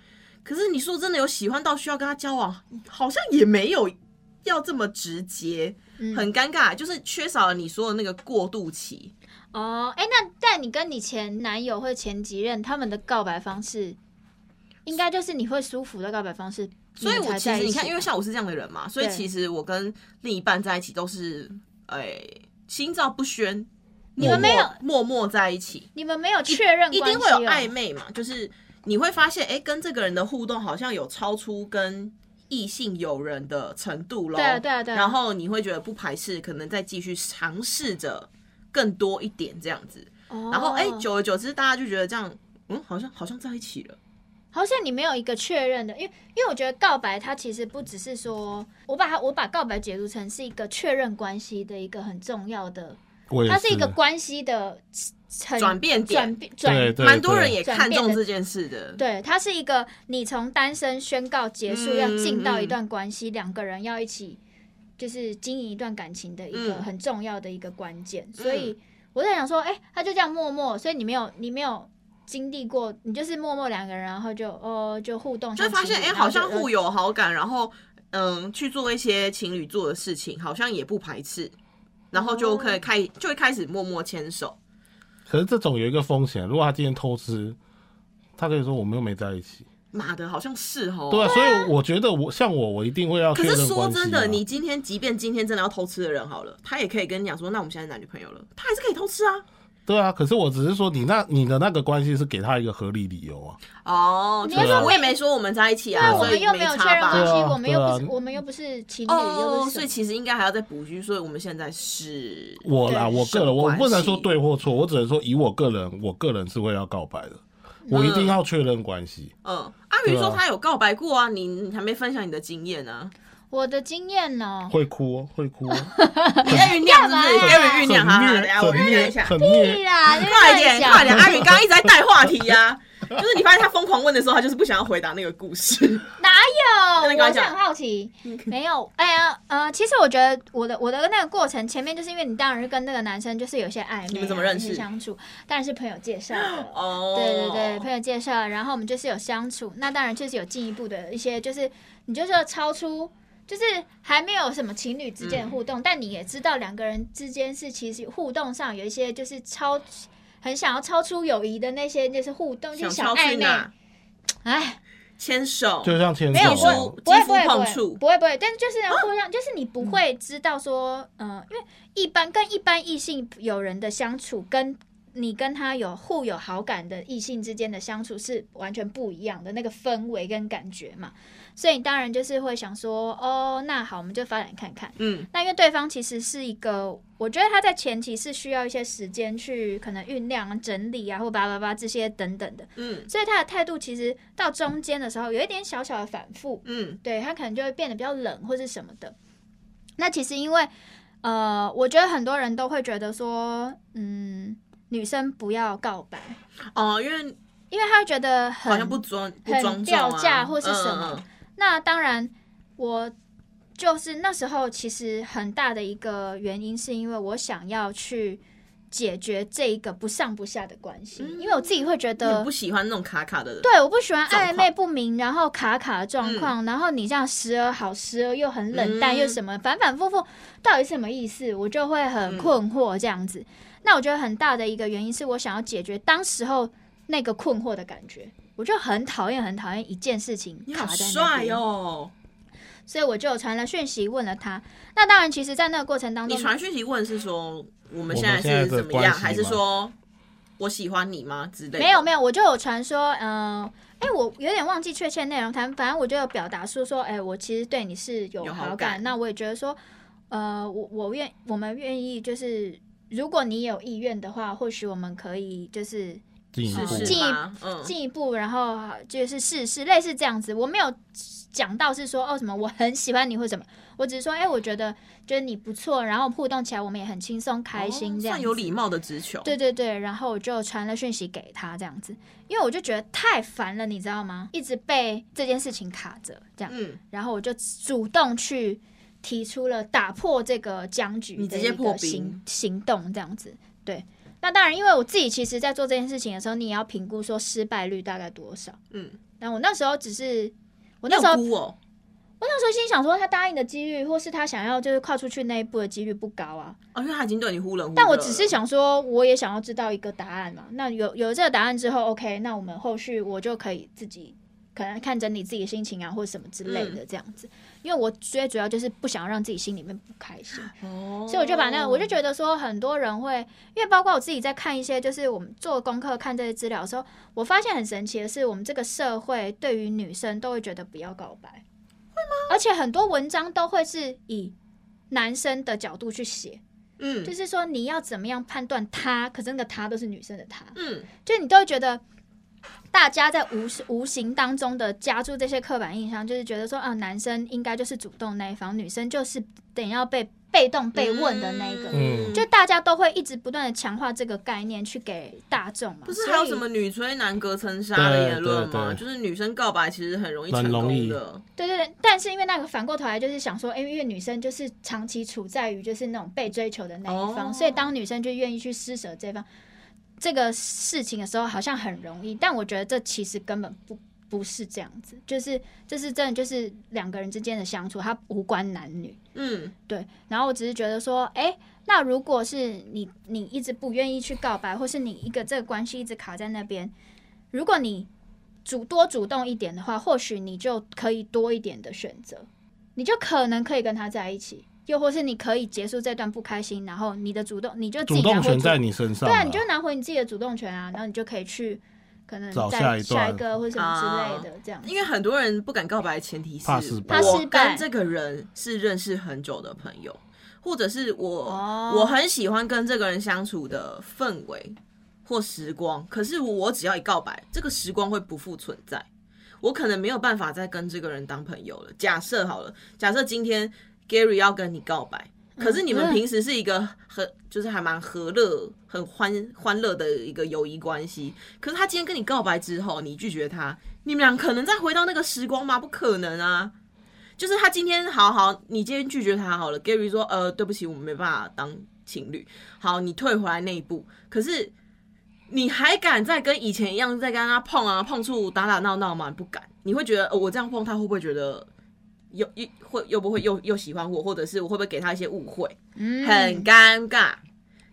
A: 可是你说真的有喜欢到需要跟他交往，好像也没有要这么直接，
D: 嗯
A: 很尴尬，就是缺少了你说的那个过渡期。
D: 哦，哎、那但你跟你前男友或前几任他们的告白方式，应该就是你会舒服的告白方式，
A: 所以
D: 你
A: 我
D: 嗯才
A: 其
D: 在
A: 实
D: 一
A: 你
D: 起
A: 看，因为
D: 吧
A: 像我是这样的人嘛，所以
D: 对
A: 其实我跟另一半在一起都是，哎、心照不宣，
D: 你们没有
A: 默默在一起，
D: 你们没有确认
A: 一
D: 关
A: 定会有
D: 系哦
A: 暧昧嘛，就是你会发现，哎、跟这个人的互动好像有超出跟异性友人的程度喽，
D: 对啊对啊对啊
A: 然后你会觉得不排斥，可能再继续尝试着更多一点这样子，
D: 哦
A: 然后哎、久而久之，大家就觉得这样，嗯，好像好像在一起了。
D: 好像你没有一个确认的，因为因为我觉得告白它其实不只是说，我把它我把告白解读成是一个确认关系的一个很重要的，
C: 我也
D: 它是一个关系的很
A: 转变点
D: 转变
C: 对
D: 转
C: 对
A: 蛮多
C: 对
A: 人也
D: 转
A: 看
D: 变
A: 重
D: 的
A: 这件事的，
D: 对，它是一个你从单身宣告结束，
A: 嗯
D: 要进到
A: 嗯
D: 一段关系，两、个人要一起就是经营一段感情的一个
A: 嗯
D: 很重要的一个关键。所以我在想说，哎、他就这样默默，所以你没有你没有经历过，你就是默默两个人，然后就哦就互动
A: 就
D: 像
A: 会
D: 情侣，
A: 发现哎、诶
D: 然后
A: 好像
D: 就呃嗯
A: 互有好感，然后嗯，去做一些情侣做的事情，好像也不排斥，然后就可以
D: 哦
A: 开，就会开始默默牵手。
C: 可是这种有一个风险，如果他今天偷吃，他可以说我们又没在一起。
A: 妈的，好像是哦。
C: 对啊，所以我觉得我像我，我一定会要确
A: 可
C: 认
A: 是说
C: 关系啊
A: 真的，你今天即便今天真的要偷吃的人好了，他也可以跟你讲说，那我们现在是男女朋友了，他还是可以偷吃啊。
C: 对啊，可是我只是说你那你的那个关系是给他一个合理理由啊。
A: 哦，
D: 你
A: 就
D: 要
A: 是
C: 说
A: 我也没说我们在一起啊，
D: 那我
A: 所
D: 们
A: 以
D: 又没有确
A: 差
D: 认关
A: 吧。
D: 系，
C: 对啊
D: 我们又不是、
C: 对啊
D: 我们又不是情侣，又不
A: 哦，所
D: 是什
A: 以
D: 么
A: 其实应该还要再补一句，所以我们现在是
C: 我啦，
D: 对
C: 我个人我
A: 什么关系
C: 不能说对或错，我只能说以我个人，我个人是会要告白的，我一定要确认关系。
A: 嗯，阿宇说
C: 对啊
A: 他有告白过啊，你你还没分享你的经验啊呢、
D: 我的经 验呢、
C: 会哭、哦，会哭、哦，
A: 啊。 你在酝酿是不是？
D: 干嘛啊
A: 你在酝
C: 很
A: 酿哈，等一
C: 虐，
A: 下我
C: 很
A: 酝酿一下。
C: 虐，很
D: 对
C: 虐。
D: 啦，就
A: 快
D: 乱
A: 点，
D: 讲
A: 快 点！阿宇刚刚一直在带话题呀、 就是你发现他疯狂问的时候，他就是不想要回答那个故 事。
D: 哪
A: 那你
D: 有？
A: 跟我
D: 我是
A: 讲嗯
D: 很好奇，没有。哎呀，呃，其实我觉得我的我的那个过程前面，就是因为你当然是跟那个男生就是有些暧昧啊、
A: 你们怎么认识
D: 有些相处？当然是朋友介绍的。
A: 哦，
D: 对对对，朋友介绍，然后我们就是有相处，那当然就是有进一步的一些，就是你就是要超出，就是还没有什么情侣之间的互
A: 嗯
D: 动，但你也知道两个人之间是其实互动上有一些就是超很想要超出友谊的那些就是互动，就是
A: 想
D: 小
A: 挑
D: 暧
A: 去
D: 昧，
A: 哪？
D: 哎，
A: 牵手，
C: 就像前
D: 没有
A: 手
D: 不会
A: 手肌
D: 不会不
A: 肤
D: 会不
A: 碰
D: 会
A: 触
D: 不会不会，但就是互相，就是你不会知道说，呃，因为一般跟一般异性友人的相处，跟你跟他有互有好感的异性之间的相处是完全不一样的那个氛围跟感觉嘛，所以你当然就是会想说，哦，那好，我们就发展看看。
A: 嗯，
D: 那因为对方其实是一个，我觉得他在前期是需要一些时间去可能酝酿、整理啊，或叭叭叭这些等等的，
A: 嗯
D: 所以他的态度其实到中间的时候有一点小小的反复，
A: 嗯
D: 对他可能就会变得比较冷或是什么的。那其实因为呃，我觉得很多人都会觉得说，嗯，女生不要告白，
A: 哦，因为
D: 因为他会觉得很
A: 好像不装不
D: 很
A: 庄重
D: 掉
A: 啊
D: 价或是
A: 嗯
D: 什
A: 嗯
D: 么
A: 嗯
D: 那当然，我就是那时候其实很大的一个原因，是因为我想要去解决这一个不上不下的关系，
A: 嗯
D: 因为我自己会觉
A: 你很
D: 得
A: 不。喜欢那种卡卡的人，
D: 对，我不喜欢
A: 状
D: 暧昧
A: 况
D: 不明，然后卡卡的状况，然后你这样时而好，时而又很冷淡，
A: 嗯
D: 又什么反反复复，到底是什么意思？我就会
A: 嗯
D: 很困惑这样子。那我觉得很大的一个原因是我想要解决当时候那个困惑的感觉，我就很讨厌很讨厌一件事情
A: 你
D: 卡
A: 好
D: 在那
A: 帅
D: 边。
A: 哦！
D: 所以我就传了讯息问了他。那当然，其实，在那个过程当
A: 你
D: 中，
A: 传讯息问是说我们
C: 我们
A: 现
C: 现在
A: 是
C: 的
A: 怎么
C: 关
A: 样，
C: 系
A: 还是
C: 吗
A: 说我喜欢你吗之类的？
D: 没有没有，我就有传说，嗯、哎、我有点忘记确切内容，反反正我就有表达出说，哎、我其实对你是有
A: 有
D: 好
A: 好
D: 感，
A: 感
D: 那我也觉得说，呃，我我愿我们愿意就是。如果你有意愿的话，或许我们可以就是
C: 进一
A: 是
C: 步
D: 是
A: 是
D: 进一
A: 吗？嗯，
D: 进一步，然后就是试试，类似这样子。我没有讲到是说哦什么我很喜欢你或什么，我只是说哎、我觉得觉得你不错，然后互动起来我们也很轻松开心
A: 哦
D: 这样
A: 算
D: 子。
A: 有礼貌的直球。嗯
D: 对对对，然后我就传了讯息给他，这样子，因为我就觉得太烦了，你知道吗？一直被这件事情卡着，这样，
A: 嗯，
D: 然后我就主动去提出了打破这个僵局的
A: 你直接
D: 一个
A: 破冰
D: 行行动，这样子，对。那当然，因为我自己其实在做这件事情的时候，你也要评估说失败率大概多少。
A: 嗯，
D: 但我那时候只是，
A: 我
D: 我那时候
A: 哭哦，
D: 我那时候心想说，他答应的几率，或是他想要就是跨出去那一步的几率不高啊。
A: 哦，因为他已经对你忽冷忽热了。
D: 但我只是想说，我也想要知道一个答案嘛。那有有这个答案之后，OK，那我们后续我就可以自己可能看整理自己心情啊，或者什么之类的这样子。因为我最主要就是不想让自己心里面不开心，
A: 哦，
D: 所以我就把那个，我就觉得说，很多人会，因为包括我自己在看一些，就是我们做功课看这些资料的时候，我发现很神奇的是，我们这个社会对于女生都会觉得不要告白，会吗？而且很多文章都会是以男生的角度去写。
A: 嗯
D: 就是说你要怎么样判断他，可是那个他都是女生的他，
A: 嗯，
D: 就你都会觉得。大家在无时无形当中的加注这些刻板印象，就是觉得说啊，男生应该就是主动那一方，女生就是等要被被动被问的那一个，
C: 嗯
D: 就大家都会一直不断的强化这个概念去给大众嘛。
A: 不是
D: 所以
A: 还有什么女追男隔层纱的言论吗？
C: 对对对
A: 就是女生告白其实很容易
C: 很
A: 成
C: 容易
A: 功的，
D: 对对对，但是因为那个反过头来就是想说，哎，因为女生就是长期处在于就是那种被追求的那一方，
A: 哦
D: 所以当女生就愿意去施舍这方这个事情的时候，好像很容易，但我觉得这其实根本不不是这样子，就是这是真的就是两个人之间的相处，它无关男女。
A: 嗯，
D: 对，然后我只是觉得说，哎，那如果是你，你一直不愿意去告白，或是你一个这个关系一直卡在那边，如果你主多主动一点的话，或许你就可以多一点的选择，你就可能可以跟他在一起，又或是你可以结束这段不开心，然后你的主动，你就
C: 主
D: 自己拿
C: 动
D: 回
C: 权
D: 主
C: 在你身上
D: 对
C: 啦，
D: 啊，你就拿回你自己的主动权啊，然后你就可以去可能
C: 找
D: 再
C: 下一段
D: 个或者什么之类的，这样子
A: 因为很多人不敢告白，前提是
C: 怕失败
D: 怕
A: 我
D: 失败
A: 跟这个人是认识很久的朋友，或者是我、
D: 哦
A: 我很喜欢跟这个人相处的氛围或时光，可是我只要一告白，这个时光会不复存在，我可能没有办法再跟这个人当朋友了。假设好了，假设今天 Gary 要跟你告白。可是你们平时是一个很就是还蛮和乐、很欢欢乐的一个友谊关系。可是他今天跟你告白之后，你拒绝他，你们俩可能再回到那个时光吗？不可能啊！就是他今天好好，你今天拒绝他好了。Gary 说：“呃，对不起，我们没办法当情侣。”好，你退回来那一步，可是你还敢再跟以前一样再跟他碰啊碰触、打打闹闹吗？不敢，你会觉得、呃我这样碰他会不会觉得又又会又不会又又喜欢我，或者是我会不会给他一些误会？
D: 嗯
A: 很尴尬，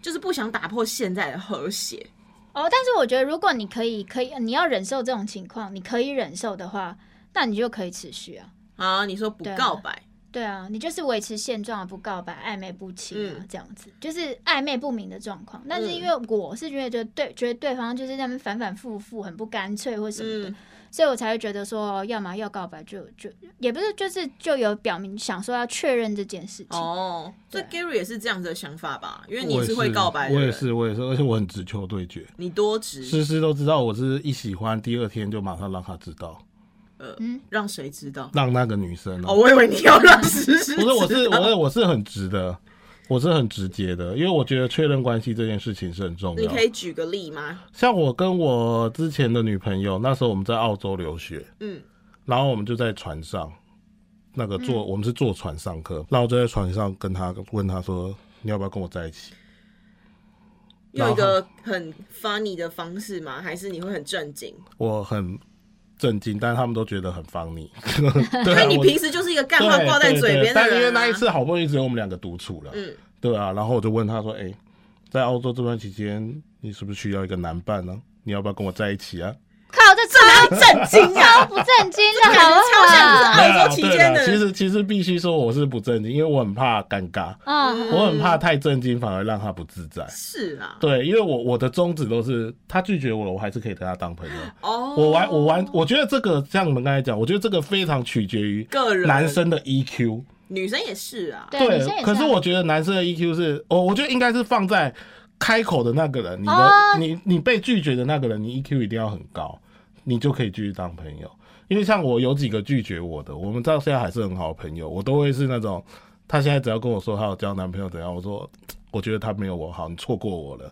A: 就是不想打破现在的和谐。
D: 哦，但是我觉得，如果你可以，可以，你要忍受这种情况，你可以忍受的话，那你就可以持续啊。
A: 啊，你说不
D: 对啊
A: 告白，
D: 对啊，你就是维持现状不告白，暧昧不清啊，
A: 嗯
D: 这样子就是暧昧不明的状况。但是因为我是觉得对，觉得对方就是在那边反反复复，很不干脆或什么的，
A: 嗯
D: 所以我才会觉得说，要么要告白就就也不是，就是就有表明想说要确认这件事情。
A: 哦，所以
D: 对
A: Gary 也是这样子的想法吧？因为你
C: 我也
A: 会告白的
C: 我
A: 人，
C: 也是，我也是，而且我很直球对决，
A: 你多直，
C: 诗诗都知道我是一喜欢，第二天就马上让她知道，
D: 嗯
A: 让谁知道？
C: 让那个女生、
A: 哦，我以为你要让诗诗，
C: 不是，我是我我是很直的，我是很直接的，因为我觉得确认关系这件事情是很重
A: 你
C: 要
A: 可。以举个例吗？
C: 像我跟我之前的女朋友，那时候我们在澳洲留学，
A: 嗯，
C: 然后我们就在船上，那个
A: 嗯
C: 坐、我们是坐船上课，然后我就在船上跟她问她说你要不要跟我在一起？
A: 用一个很 funny 的方式吗？还是你会很震惊？
C: 我很震惊，但他们都觉得很方你。 对
A: 因为
C: 啊，
A: 你
C: 我
A: 平时就是一个干话
C: 对
A: 挂在
C: 对
A: 嘴
C: 对
A: 边的人、啊
C: 但因为那一，次好不容易只有我们两个独处了，
A: 嗯，
C: 对啊，然后我就问他说：“哎、在澳洲这段期间，你是不是需要一个男伴呢？你要不要跟我在一起啊
D: 靠，这超震惊啊， 超不正经的好不
A: 超像是
D: 好？
A: 澳？”啊洲期
C: 啊对
A: 间
C: 啦
A: 的，
C: 其实其实必须说我是不正经，因为我很怕尴尬，
D: 嗯，
C: 我很怕太正经反而让他不自在。
A: 是啊，
C: 对，因为我我的宗旨都是他拒绝我了，我还是可以跟他当朋友。
A: 哦，
C: 我玩我玩，我觉得这个像你们刚才讲，我觉得这个非常取决于
A: 个人
C: 男生的 E EQ。
A: 女生也是啊，
D: 对女生也
C: 对，
D: 是
C: 可是
D: 啊
C: 我觉得男生的 EQ 是，哦我我觉得应该是放在开口的那个人，你的、
D: 哦
C: 你你被拒绝的那个人，你 EQ 一定要很高，你就可以继续当朋友。因为像我有几个拒绝我的，我们到现在还是很好的朋友，我都会是那种，他现在只要跟我说他有交男朋友怎样，我说我觉得他没有我好，你错过我了，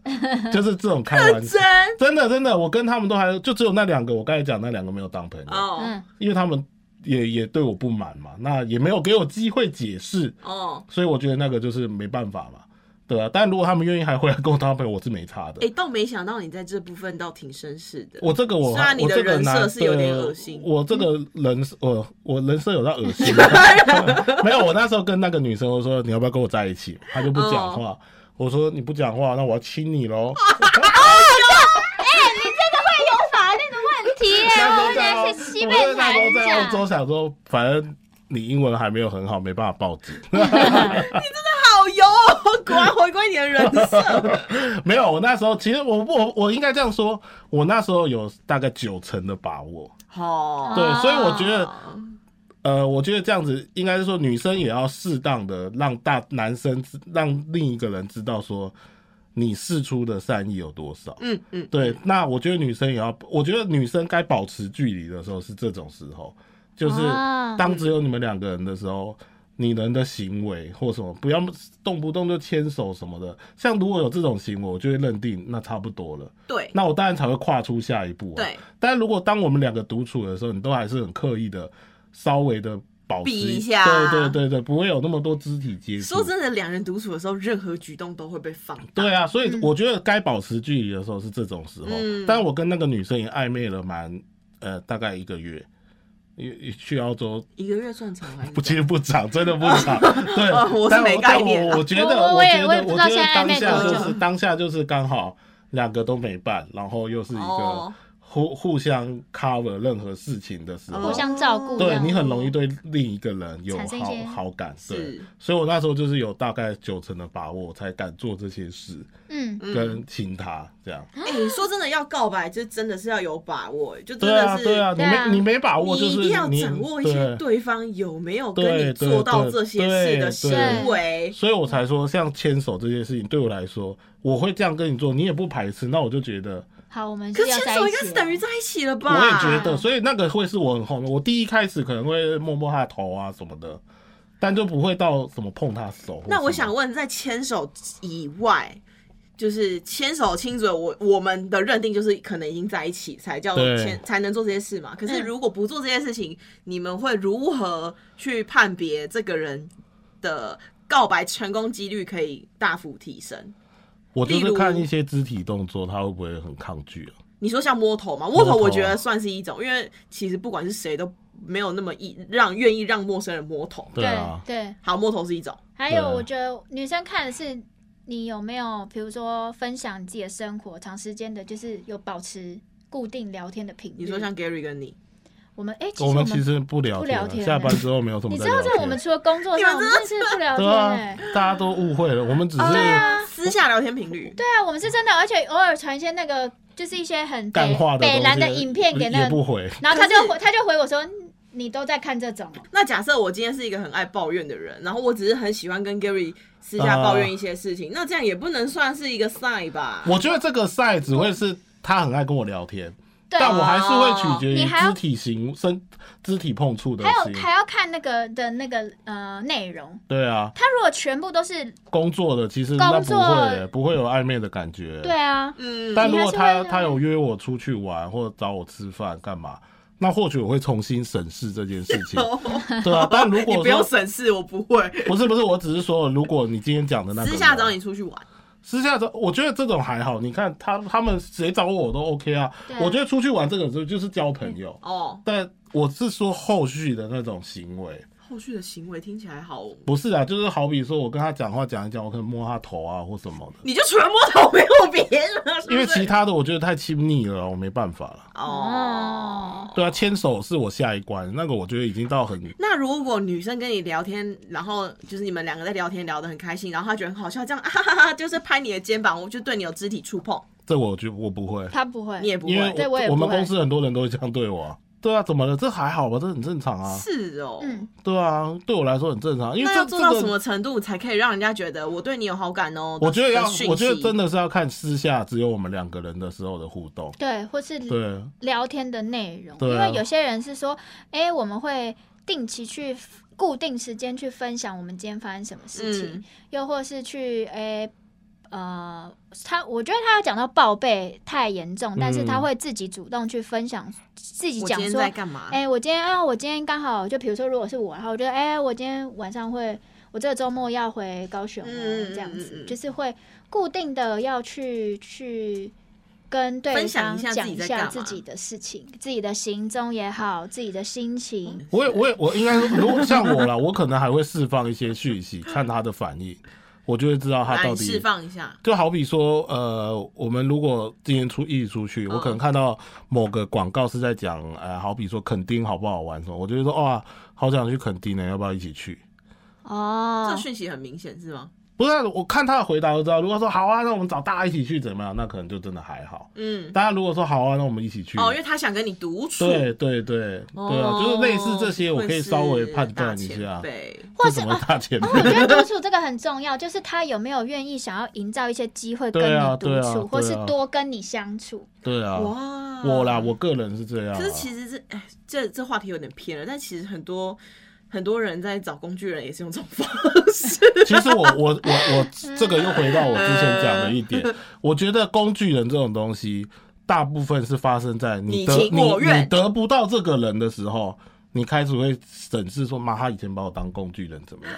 C: 就是这种开玩笑
A: 真。
C: 真的真的，我跟他们都还就只有那两个，我刚才讲那两个没有当朋友，
A: 哦
D: 嗯，
C: 因为他们也也对我不满嘛，那也没有给我机会解释，
A: 哦，
C: 所以我觉得那个就是没办法嘛，对啊。但如果他们愿意还回来跟我当朋友，我是没差的。
A: 哎、倒没想到你在这部分倒挺绅士的，
C: 我这个我
A: 虽然你
C: 我
A: 的
C: 这个
A: 人设
C: 拿
A: 是有点
C: 对
A: 恶心
C: 我这个 人设我我人设有到恶心吗，没有。我那时候跟那个女生我说你要不要跟我在一起，她就不讲
A: 哦
C: 话。我说你不讲话，那我要亲你喽。
D: 法律的问题 耶，
C: 那时
D: 哦我
C: 候
D: 们
C: 在澳
D: 也是西北
C: 那
D: 男
C: 时候在澳
D: 讲。
C: 洲想说，反正你英文还没有很好，没办法报警。
A: 好油、哦， 果然回归你的人 设。
C: 没有，我那时候其实我我我应该这样说，我那时候有大概九成的把握。
A: 好，
C: 对，所以我觉得
A: 哦
C: 呃，我觉得这样子应该是说，女生也要适当的让大男生知，让另一个人知道说你试出的善意有多少。
A: 嗯嗯，
C: 对，那我觉得女生也要，我觉得女生该保持距离的时候是这种时候，就是
D: 啊
C: 当只有你们两个人的时候，你人的行为或什么，不要动不动就牵手什么的。像如果有这种行为，我就会认定那差不多了，
A: 对
C: 那我当然才会跨出下一步、啊。
A: 对，
C: 但如果当我们两个独处的时候，你都还是很刻意的，稍微的保持
A: 避一下啊
C: 对对对对，不会有那么多肢体接触
A: 说。真的，两人独处的时候，任何举动都会被放大。
C: 对啊，所以我觉得该保持距离的时候是这种时候。
A: 嗯
C: 但我跟那个女生也暧昧了蛮呃大概一个月，因去澳洲
A: 一个月算长还是
C: 不其实 不长，真的不长。对，
A: 哦我是
C: 但
A: 没概念啊
C: 但我我觉
D: 我
C: 得，
D: 我我也
C: 觉
D: 我也
C: 得，
D: 不知
C: 我
D: 道
C: 觉
D: 现
C: 得
D: 在暧
C: 当
D: 昧
C: 下
D: 多
C: 就
D: 久
C: 是当下就是刚好两个都没办，然后又是一个
A: 哦
C: 互互相 cover 任何事情的时候，
D: 互相照顾这
C: 对
D: 样，
C: 你很容易对另一个人有
D: 哦产生一些
C: 好好感，对
A: 是，
C: 所以我那时候就是有大概九成的把握，我才敢做这些事
D: 嗯，
C: 跟亲他这样。
A: 哎、你说真的要告白，就真的是要有把握，就真
C: 对啊，
A: 的是，
C: 对啊，你
D: 对啊
C: 没你没把握，就
A: 你
C: 是
A: 一定要
C: 你
A: 掌握一些
C: 对
A: 对方有没有跟
C: 对
A: 你
C: 对
A: 做到
C: 对
A: 这些事的
C: 对
A: 行
D: 对
A: 为。
C: 所以我才说，像牵手这件事情对我来说，我会这样跟你做，你也不排斥，那我就觉得，
D: 好，我们
A: 可是
D: 是要在
A: 牵
D: 一起了。啊
A: 手应该是等于在一起了
C: 我
A: 吧？
C: 也觉得，所以那个会是我很后面，我第一开始可能会摸摸他的头啊什么的，但就不会到什么碰他手或什么。
A: 那我想问，在牵手以外，就是牵手亲嘴，我我们的认定就是可能已经在一起才叫
C: 对
A: 牵，才能做这些事嘛。可是
D: 嗯
A: 如果不做这些事情，你们会如何去判别这个人的告白成功几率可以大幅提升？
C: 我就
A: 例
C: 是
A: 如
C: 看一些肢体动作，他会不会很抗拒啊？
A: 你说像摸头嘛，摸头
C: 摸头啊
A: 我觉得算是一种，因为其实不管是谁都没有那么意让愿意让陌生人摸头。
C: 对啊，
D: 对对，
A: 好，摸头是一种，
D: 还有
C: 对啊
D: 我觉得女生看的是你有没有，比如说分享你自己的生活，长时间的，就是有保持固定聊天的频率。
A: 你说像 Gary 跟你，
D: 我们哎、其实
C: 我
D: 我
C: 们
D: 们
C: 其实不聊天啊，
D: 不聊天哎
C: 下班之后没有什么
D: 你知
C: 在
D: 道，
C: 聊
D: 在
C: 天。
D: 我们除了工作上，我
A: 你
D: 们
A: 们
D: 真的是不聊天
C: 对啊
D: 哎、，
C: 大家都误会了，我们只是
D: 对啊，
A: 私下聊天频率，
D: 对啊，我们是真的，而且偶尔传一些那个就是一些很
C: 干
D: 北
C: 话的
D: 北
C: 东
D: 蓝
C: 西
D: 的影片给那
C: 也
D: 个，
C: 不回。
D: 然后他
A: 可
D: 就是回他就回我说嗯你都在看这种哦、
A: 那假设我今天是一个很爱抱怨的人，然后我只是很喜欢跟 Gary 私下抱怨一些事
C: 嗯
A: 情，那这样也不能算是一个 sign 吧？
C: 我觉得这个赛只会是他很爱跟我聊天，
D: 对，哦
C: 但我还是会取决于
D: 你还要
C: 肢体行身肢体碰触的
D: 还
C: 心
D: 有。还要看那个的那个呃内容，
C: 对啊，
D: 他如果全部都是
C: 工作的其实
D: 工
C: 那不
D: 作
C: 会、不会有暧昧的感觉。
D: 对。啊，
A: 嗯，
C: 但如果
D: 你还是
C: 他
D: 会啊
C: 他有约我出去玩或者找我吃饭干嘛，那或许我会重新审视这件事情。对啊，但如
A: 你
C: 果
A: 不用
C: 说
A: 省事，我不会。
C: 不是不是，我只是说，如果你今天讲的 那个
A: 私下
C: 人
A: 找你出去玩，
C: 私下找，我觉得这种还好。你看他他们谁找我都 OK 啊
D: 对。
C: 我觉得出去玩这个时候就是交朋友，
A: 哦，
C: 但我是说后续的那种行为，
A: 后续的行为听起来好，
C: 不是啊，就是好比说我跟他讲话讲一讲，我可能摸他头啊或什么的，
A: 你就全摸头没有别的，是不是
C: 因为其他的我觉得太亲密了，我没办法了。
A: 哦。
C: 对啊，牵手是我下一关，那个我觉得已经到很
A: 那如果女生跟你聊天，然后就是你们两个在聊天聊得很开心，然后她觉得很好笑，这样啊哈哈哈，就是拍你的肩膀，我就对你有肢体触碰，
C: 这我觉得我不会，
D: 他不会，
A: 你也不
C: 因为
A: 会。
D: 对我也
C: 我
D: 不
C: 们
D: 会
C: 公司很多人都会这样对我啊、对啊，怎么了？这还好吧，这很正常啊。
A: 是哦，
D: 嗯，
C: 对啊，对我来说很正常，因为
A: 那
C: 这
A: 要做到
C: 这
A: 什
C: 个
A: 么程度才可以让人家觉得我对你有好感哦？
C: 我觉得要
A: 的讯，息
C: 我觉得真的是要看私下只有我们两个人的时候的互动。
D: 对，或
A: 嗯
D: 是
C: 对，
D: 聊天的内容，
C: 对
D: 因
C: 啊
D: 为有些人是说，哎、我们会定期去固定时间去分享我们今天发生什么事情，
A: 嗯
D: 又或是去哎、呃，他我觉得他要讲到报备太严重，但
C: 嗯
D: 是他会自己主动去分享，自己
A: 我今
D: 讲
A: 天
D: 说，
A: 在干嘛？
D: 哎、我今天啊，我今天刚好就比如说，如果是我，然后我觉得，哎、我今天晚上会，我这个周末要回高雄、哦，
A: 嗯
D: 这样
A: 嗯嗯
D: 子，
A: 嗯
D: 就是会固定的要去去跟对
A: 分享一
D: 方
A: 下
D: 讲
A: 自己
D: 一
A: 在
D: 下
A: 干
D: 自
A: 嘛
D: 己的事情，自己的行踪也好，自己的心
A: 嗯
D: 情，
C: 我也我也我应该说，如果像我啦，我可能还会释放一些讯息，看他的反应，我就会知道他
A: 来
C: 到
A: 啊你释
C: 底。
A: 放一下，
C: 就好比说，呃，我们如果今天出一起出去，我
A: 嗯
C: 可能看到某个广告是在讲，呃，好比说垦丁好不好玩什么，我就会说，哇，好想去垦丁呢，欸要不要一起去？
A: 这
D: 哦，
A: 讯息很明显是吗？
C: 不是啊、我看他的回答就知道。如果说好啊，那我们找大家一起去怎么样？那可能就真的还好。
A: 嗯，
C: 当然，如果说好啊，那我们一起去。
A: 哦，因为他想跟你独处，
C: 对对对、
A: 哦
C: 对啊，就是类似这些，我可以稍微判断一下。
A: 对，
D: 或
C: 这
D: 是
C: 什
A: 啊
C: 么大前辈？
A: 哦
D: 我觉得独处这个很重要，就是他有没有愿意想要营造一些机会跟
C: 对啊
D: 你独
C: 对啊
D: 处，或
C: 对
D: 是
C: 啊
D: 多跟你相处。
C: 对啊，
A: 哇，
C: 我啦，我个人是这样啊、
A: 可是其实是，哎，这这话题有点偏了，但其实很多很多人在找工具人也是用这种方式，
C: 其实我我我我这个又回到我之 前讲的一点，我觉得工具人这种东西，大部分是发生在你
A: 你
C: 得
A: 情
C: 你
A: 我愿
C: 你得不到这个人的时候，你开始会审视说，妈，他以前把我当工具人怎么样？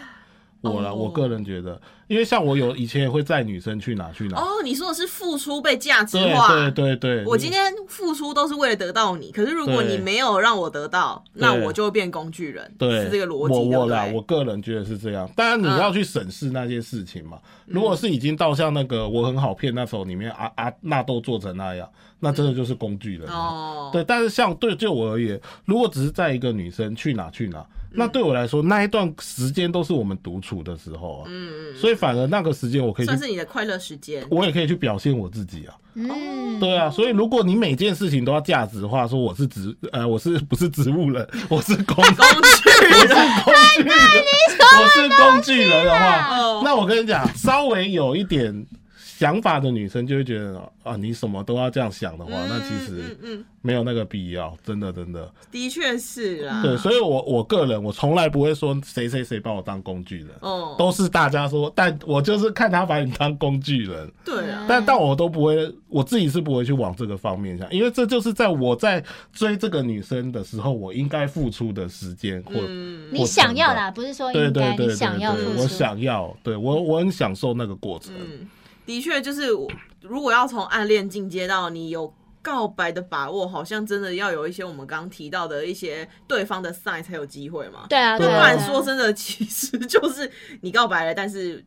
C: 我啦，
A: 哦
C: 我个人觉得，因为像我有以前也会载女生去哪去哪，
A: 哦，你说的是付出被价值
C: 对
A: 化，
C: 对对对，
A: 我今天付出都是为了得到你，可是如果
C: 对
A: 你没有让我得到，那
C: 对
A: 我就会变工具人，
C: 对
A: 是这个逻
C: 我
A: 辑，对
C: 我
A: 不
C: 啦，
A: 对嗯
C: 我个人觉得是这样。当然你要去审视那些事情嘛。如果是已经到像那个我很好骗那首里面啊啊纳豆做成那样，那真的就是工具人啊。
A: 嗯哦，
C: 对，但是像对就我而言，如果只是在一个女生去哪去哪，
A: 嗯
C: 那对我来说那一段时间都是我们独处的时候啊，
A: 嗯，嗯
C: 所以反而那个时间我可以去
A: 算，是你的快乐时间。
C: 我也可以去表现我自己啊。
D: 嗯，
A: 哦
C: 对啊，所以如果你每件事情都要价值化，说我是植呃我是不是植物人， 我是工具
A: 工具人
C: 工具人，我是工具人的话，
A: 哦，
C: 那我跟你讲，稍微有一点想法的女生就会觉得啊，你什么都要这样想的话，那其实
A: 嗯嗯，
C: 没有那个必要，真的真的。
A: 嗯的确是啦。
C: 对，所以我我个人我从来不会说谁谁谁把我当工具人，
A: 哦，
C: 都是大家说，但我就是看他把你当工具人。
A: 对啊，
C: 但但我都不会，我自己是不会去往这个方面想，因为这就是在我在追这个女生的时候，我应该付出的时间或
A: 嗯，
D: 你想要啦，不是说
C: 对
D: 应
C: 对
D: 该，
C: 对
D: 你
C: 对
D: 想要付
C: 对，
D: 出。
C: 我想要，对我我很享受那个过程。
A: 嗯，的确就是我，如果要从暗恋进阶到你有告白的把握，好像真的要有一些我们刚刚提到的一些对方的 sign 才有机会嘛。
D: 对啊，
A: 不
D: 对啊
A: 然
D: 对啊
A: 说真的，其实就是你告白了，但是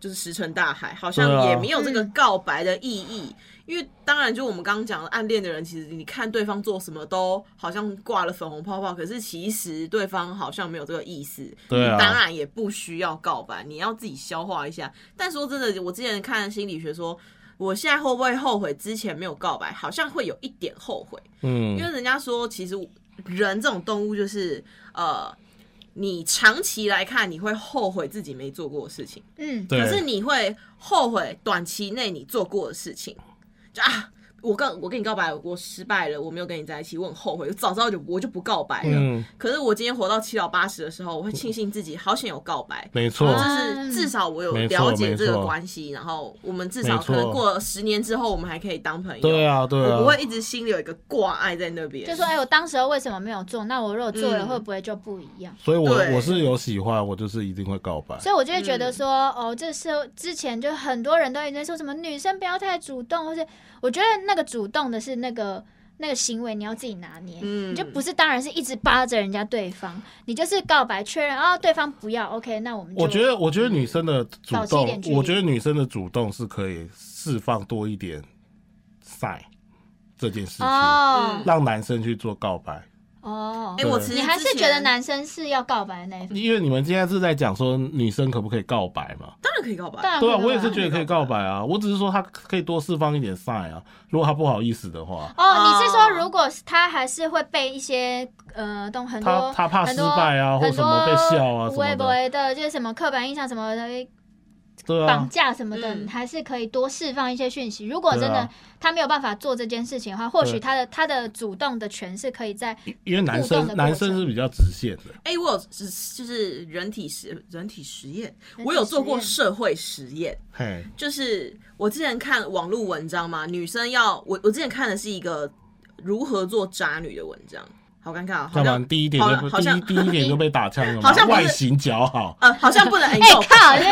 A: 就是石沉大海，好像
C: 对啊
A: 也没有这个告白的意义。因为当然，就我们刚刚讲的，暗恋的人，其实你看对方做什么都好像挂了粉红泡泡，可是其实对方好像没有这个意思。
C: 对啊
A: 你当然也不需要告白，你要自己消化一下。但说真的，我之前看心理学说，我现在会不会后悔之前没有告白？好像会有一点后悔。
C: 嗯
A: 因为人家说，其实人这种动物就是呃，你长期来看，你会后悔自己没做过的事情，
D: 嗯，
C: 对
A: 可是你会后悔短期内你做过的事情，就啊。我跟我跟你告白，我失败了，我没有跟你在一起，我很后悔。我早知道就我就不告白了。
C: 嗯，
A: 可是我今天活到七老八十的时候，我会庆幸自己好险有告白，
C: 没错，
D: 啊
A: 就是至少我有
C: 嗯没错
A: 了解这
C: 没
A: 个
C: 错
A: 关系，然后我们至少
C: 没错
A: 可能过了十年之后，我们还可以当朋友。
C: 对啊，对
A: 我不会
C: 啊，
A: 一直心里有一个挂碍在那边。
D: 就说哎，我当时候为什么没有做？那我如果做了，
A: 嗯
D: 会不会就不一样？
C: 所以我
A: 对
C: 我是有喜欢，我就是一定会告白。
D: 所以我就会觉
A: 嗯
D: 得说，哦，这是之前就很多人都一直在说什么女生不要太主动，或是我觉得那个主动的是那个那个行为你要自己拿捏，
A: 嗯
D: 你就不是当然是一直扒着人家对方，你就是告白确认，哦，对方不要，OK，那我们就
C: 我觉得，我觉得女生的主
D: 保持一
C: 动
D: 点，距离
C: 我觉得女生的主动是可以释放多一点赛这件事情，
D: 哦
A: 嗯
C: 让男生去做告白。
D: 哦
A: 哎、，我其实
D: 你还是
A: 之前
D: 觉得男生是要告白的那一方，
C: 因为你们现在是在讲说女生可不可以告白嘛？
A: 当然可以告白，
D: 当然
C: 对啊，
D: 会
C: 我也是
D: 吧
C: 觉得可以告白啊，我只是说她可以多释放一点赛啊。如果她不好意思的话，
D: 哦，你是说
A: 哦
D: 如果是他还是会被一些呃东很
C: 她
D: 多
C: 她怕
D: 很
C: 失
D: 多
C: 败啊，或
D: 很
C: 什
D: 多
C: 么被笑啊什
D: 无微
C: 么
D: 不
C: 的，
D: 微的，就是什么刻板印象什么的
C: 对
D: 绑
C: 啊，
D: 架什么的，
A: 嗯
D: 你还是可以多释放一些讯息。如果真
C: 对
D: 的
C: 啊
D: 他没有办法做这件事情的话，或许
C: 对
D: 他的他的主动的权是可以在
C: 因为男
D: 互
C: 生
D: 动的过程
C: 男生是比较直线的，
A: 哎、我有只就是人体实人体实验，
D: 体
A: 我有做过
D: 实验
A: 社会实验，
C: 嘿，
A: 就是我之前看网络文章嘛，女生要我我之前看的是一个如何做渣女的文章，好尴尬、哦，好
C: 干嘛
A: 像
C: 第一点
A: 好
C: 就
A: 像好
C: 第一
A: 像
C: 第一点就被打枪了嘛，
A: 好像不是
C: 外形姣好，
A: 呃好像不 能哎、
D: 哎、
A: 你懂
D: 靠，这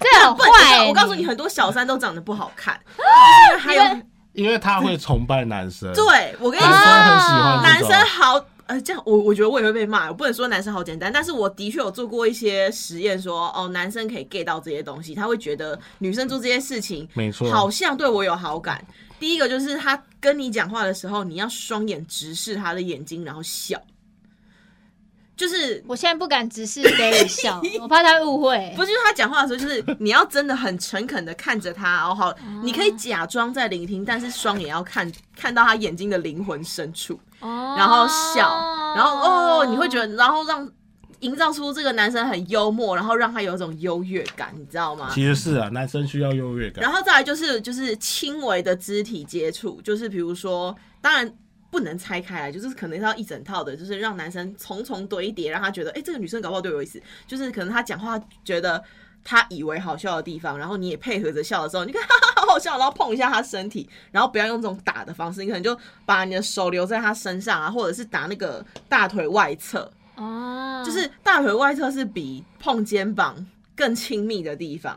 D: 这很
A: 不能就是
D: 坏、欸。
A: 我告诉你，很多小三都长得不好 看，就是因为还有
C: 因为她会崇拜男生，
A: 对我跟你
C: 男
A: 说
C: 生。很喜欢
A: 男
C: 这种
A: 生好，呃，这样我我觉得我也会被骂，我不能说男生好简单，但是我的确有做过一些实验说，哦，男生可以 get 到这些东西，他会觉得女生做这些事情
C: 没错
A: 好像对我有好感。第一个就是他跟你讲话的时候，你要双眼直视他的眼睛，然后笑，就是
D: 我现在不敢直视给你 笑，我怕他误会。
A: 不是就是他讲话的时候，就是你要真的很诚恳的看着他，哦好，你可以假装在聆听，但是双眼要看看到他眼睛的灵魂深处。
D: 哦
A: 然后笑，然后哦，你会觉得，然后让营造出这个男生很幽默，然后让他有一种优越感，你知道吗？
C: 其实是啊，男生需要优越感
A: 然，后再来就是就是轻微的肢体接触，就是比如说，当然不能拆开来，就是可能要一整套的，就是让男生重重堆叠，让他觉得，哎、这个女生搞不好对我有意思，就是可能他讲话觉得。他以为好笑的地方，然后你也配合着笑的时候，你看哈哈好好笑，然后碰一下他身体，然后不要用这种打的方式，你可能就把你的手留在他身上啊，或者是打那个大腿外侧，
D: 哦，
A: 就是大腿外侧是比碰肩膀更亲密的地方，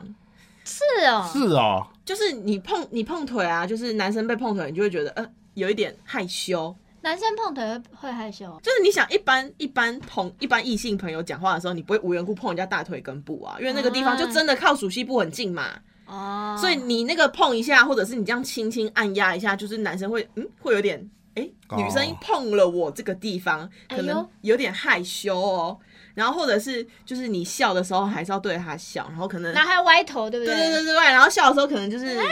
D: 是哦，
C: 是哦，
A: 就是你碰你碰腿啊，就是男生被碰腿，你就会觉得呃有一点害羞。
D: 男生碰腿会会害羞，
A: 就是你想一般一般朋一般异性朋友讲话的时候，你不会无缘故碰人家大腿根部啊，因为那个地方就真的靠属膝部很近嘛，
D: 哦，
A: 所以你那个碰一下，或者是你这样轻轻按压一下，就是男生会嗯会有点。哎、
C: 哦
A: 女生碰了我这个地方，
D: 哎
A: 可能
D: 呦
A: 有点害羞哦。然后或者是就是你笑的时候，还是要对她笑，然后可能
D: 然后还歪头，对不
A: 对嗯对
D: 对
A: 对对，然后笑的时候可能 就是
D: 对，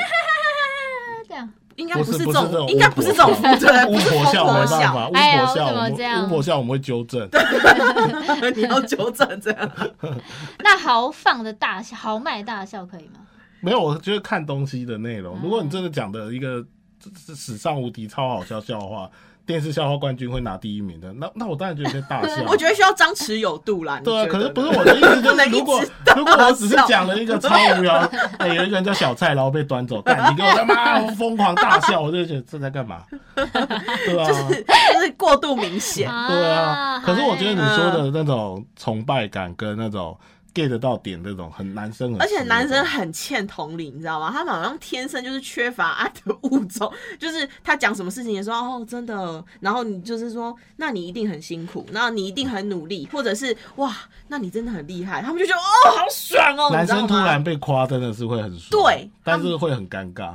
D: 这样。
A: 应该
C: 不
A: 不是
C: 是
A: 这
C: 不是这种
A: 种，应该不是这种，
C: 巫婆
A: 对，啊
C: 巫
A: 不是
C: 婆
A: 疯
C: 笑
A: 狂
C: 没办法，
A: 笑，
C: 巫
D: 哎呀
C: 婆笑
D: 我怎么
C: 我们
D: 这样
C: 巫婆笑我们会纠正，
A: 你要纠正这样。。
D: 那豪放的大笑，豪迈大笑可以吗？
C: 没有，我觉得看东西的内容，
D: 嗯
C: 如果你真的讲的一个这这史上无敌超好笑笑话，电视笑话冠军会拿第一名的，那那我当然觉得可以大笑
A: 我觉得需要张弛有度啦。你
C: 啊对啊，
A: 觉
C: 可是
A: 得
C: 不是
A: 呢
C: 我的意思，就
A: 不能
C: 是
A: 一
C: 如果
A: 直
C: 如果我只是讲了一个超无聊，哎，有一个人叫小蔡，然后被端走，干你给我他妈疯狂大笑，我就觉得这在干嘛？对啊，嗯
A: 就是就是过度明显。
D: 啊
C: 对啊，可是我觉得你
A: 好
C: 说的那种崇拜感跟那种 get 到点这种很男生很，
A: 而且男生很欠同理，你知道吗？他们好像天生就是缺乏爱的物种，就是他讲什么事情也说哦，真的，然后你就是说，那你一定很辛苦，那你一定很努力，或者是哇，那你真的很厉害，他们就觉得哦，好爽哦，
C: 男
A: 你知道吗
C: 生突然被夸真的是会很爽，
A: 对
C: 但是会很尴尬。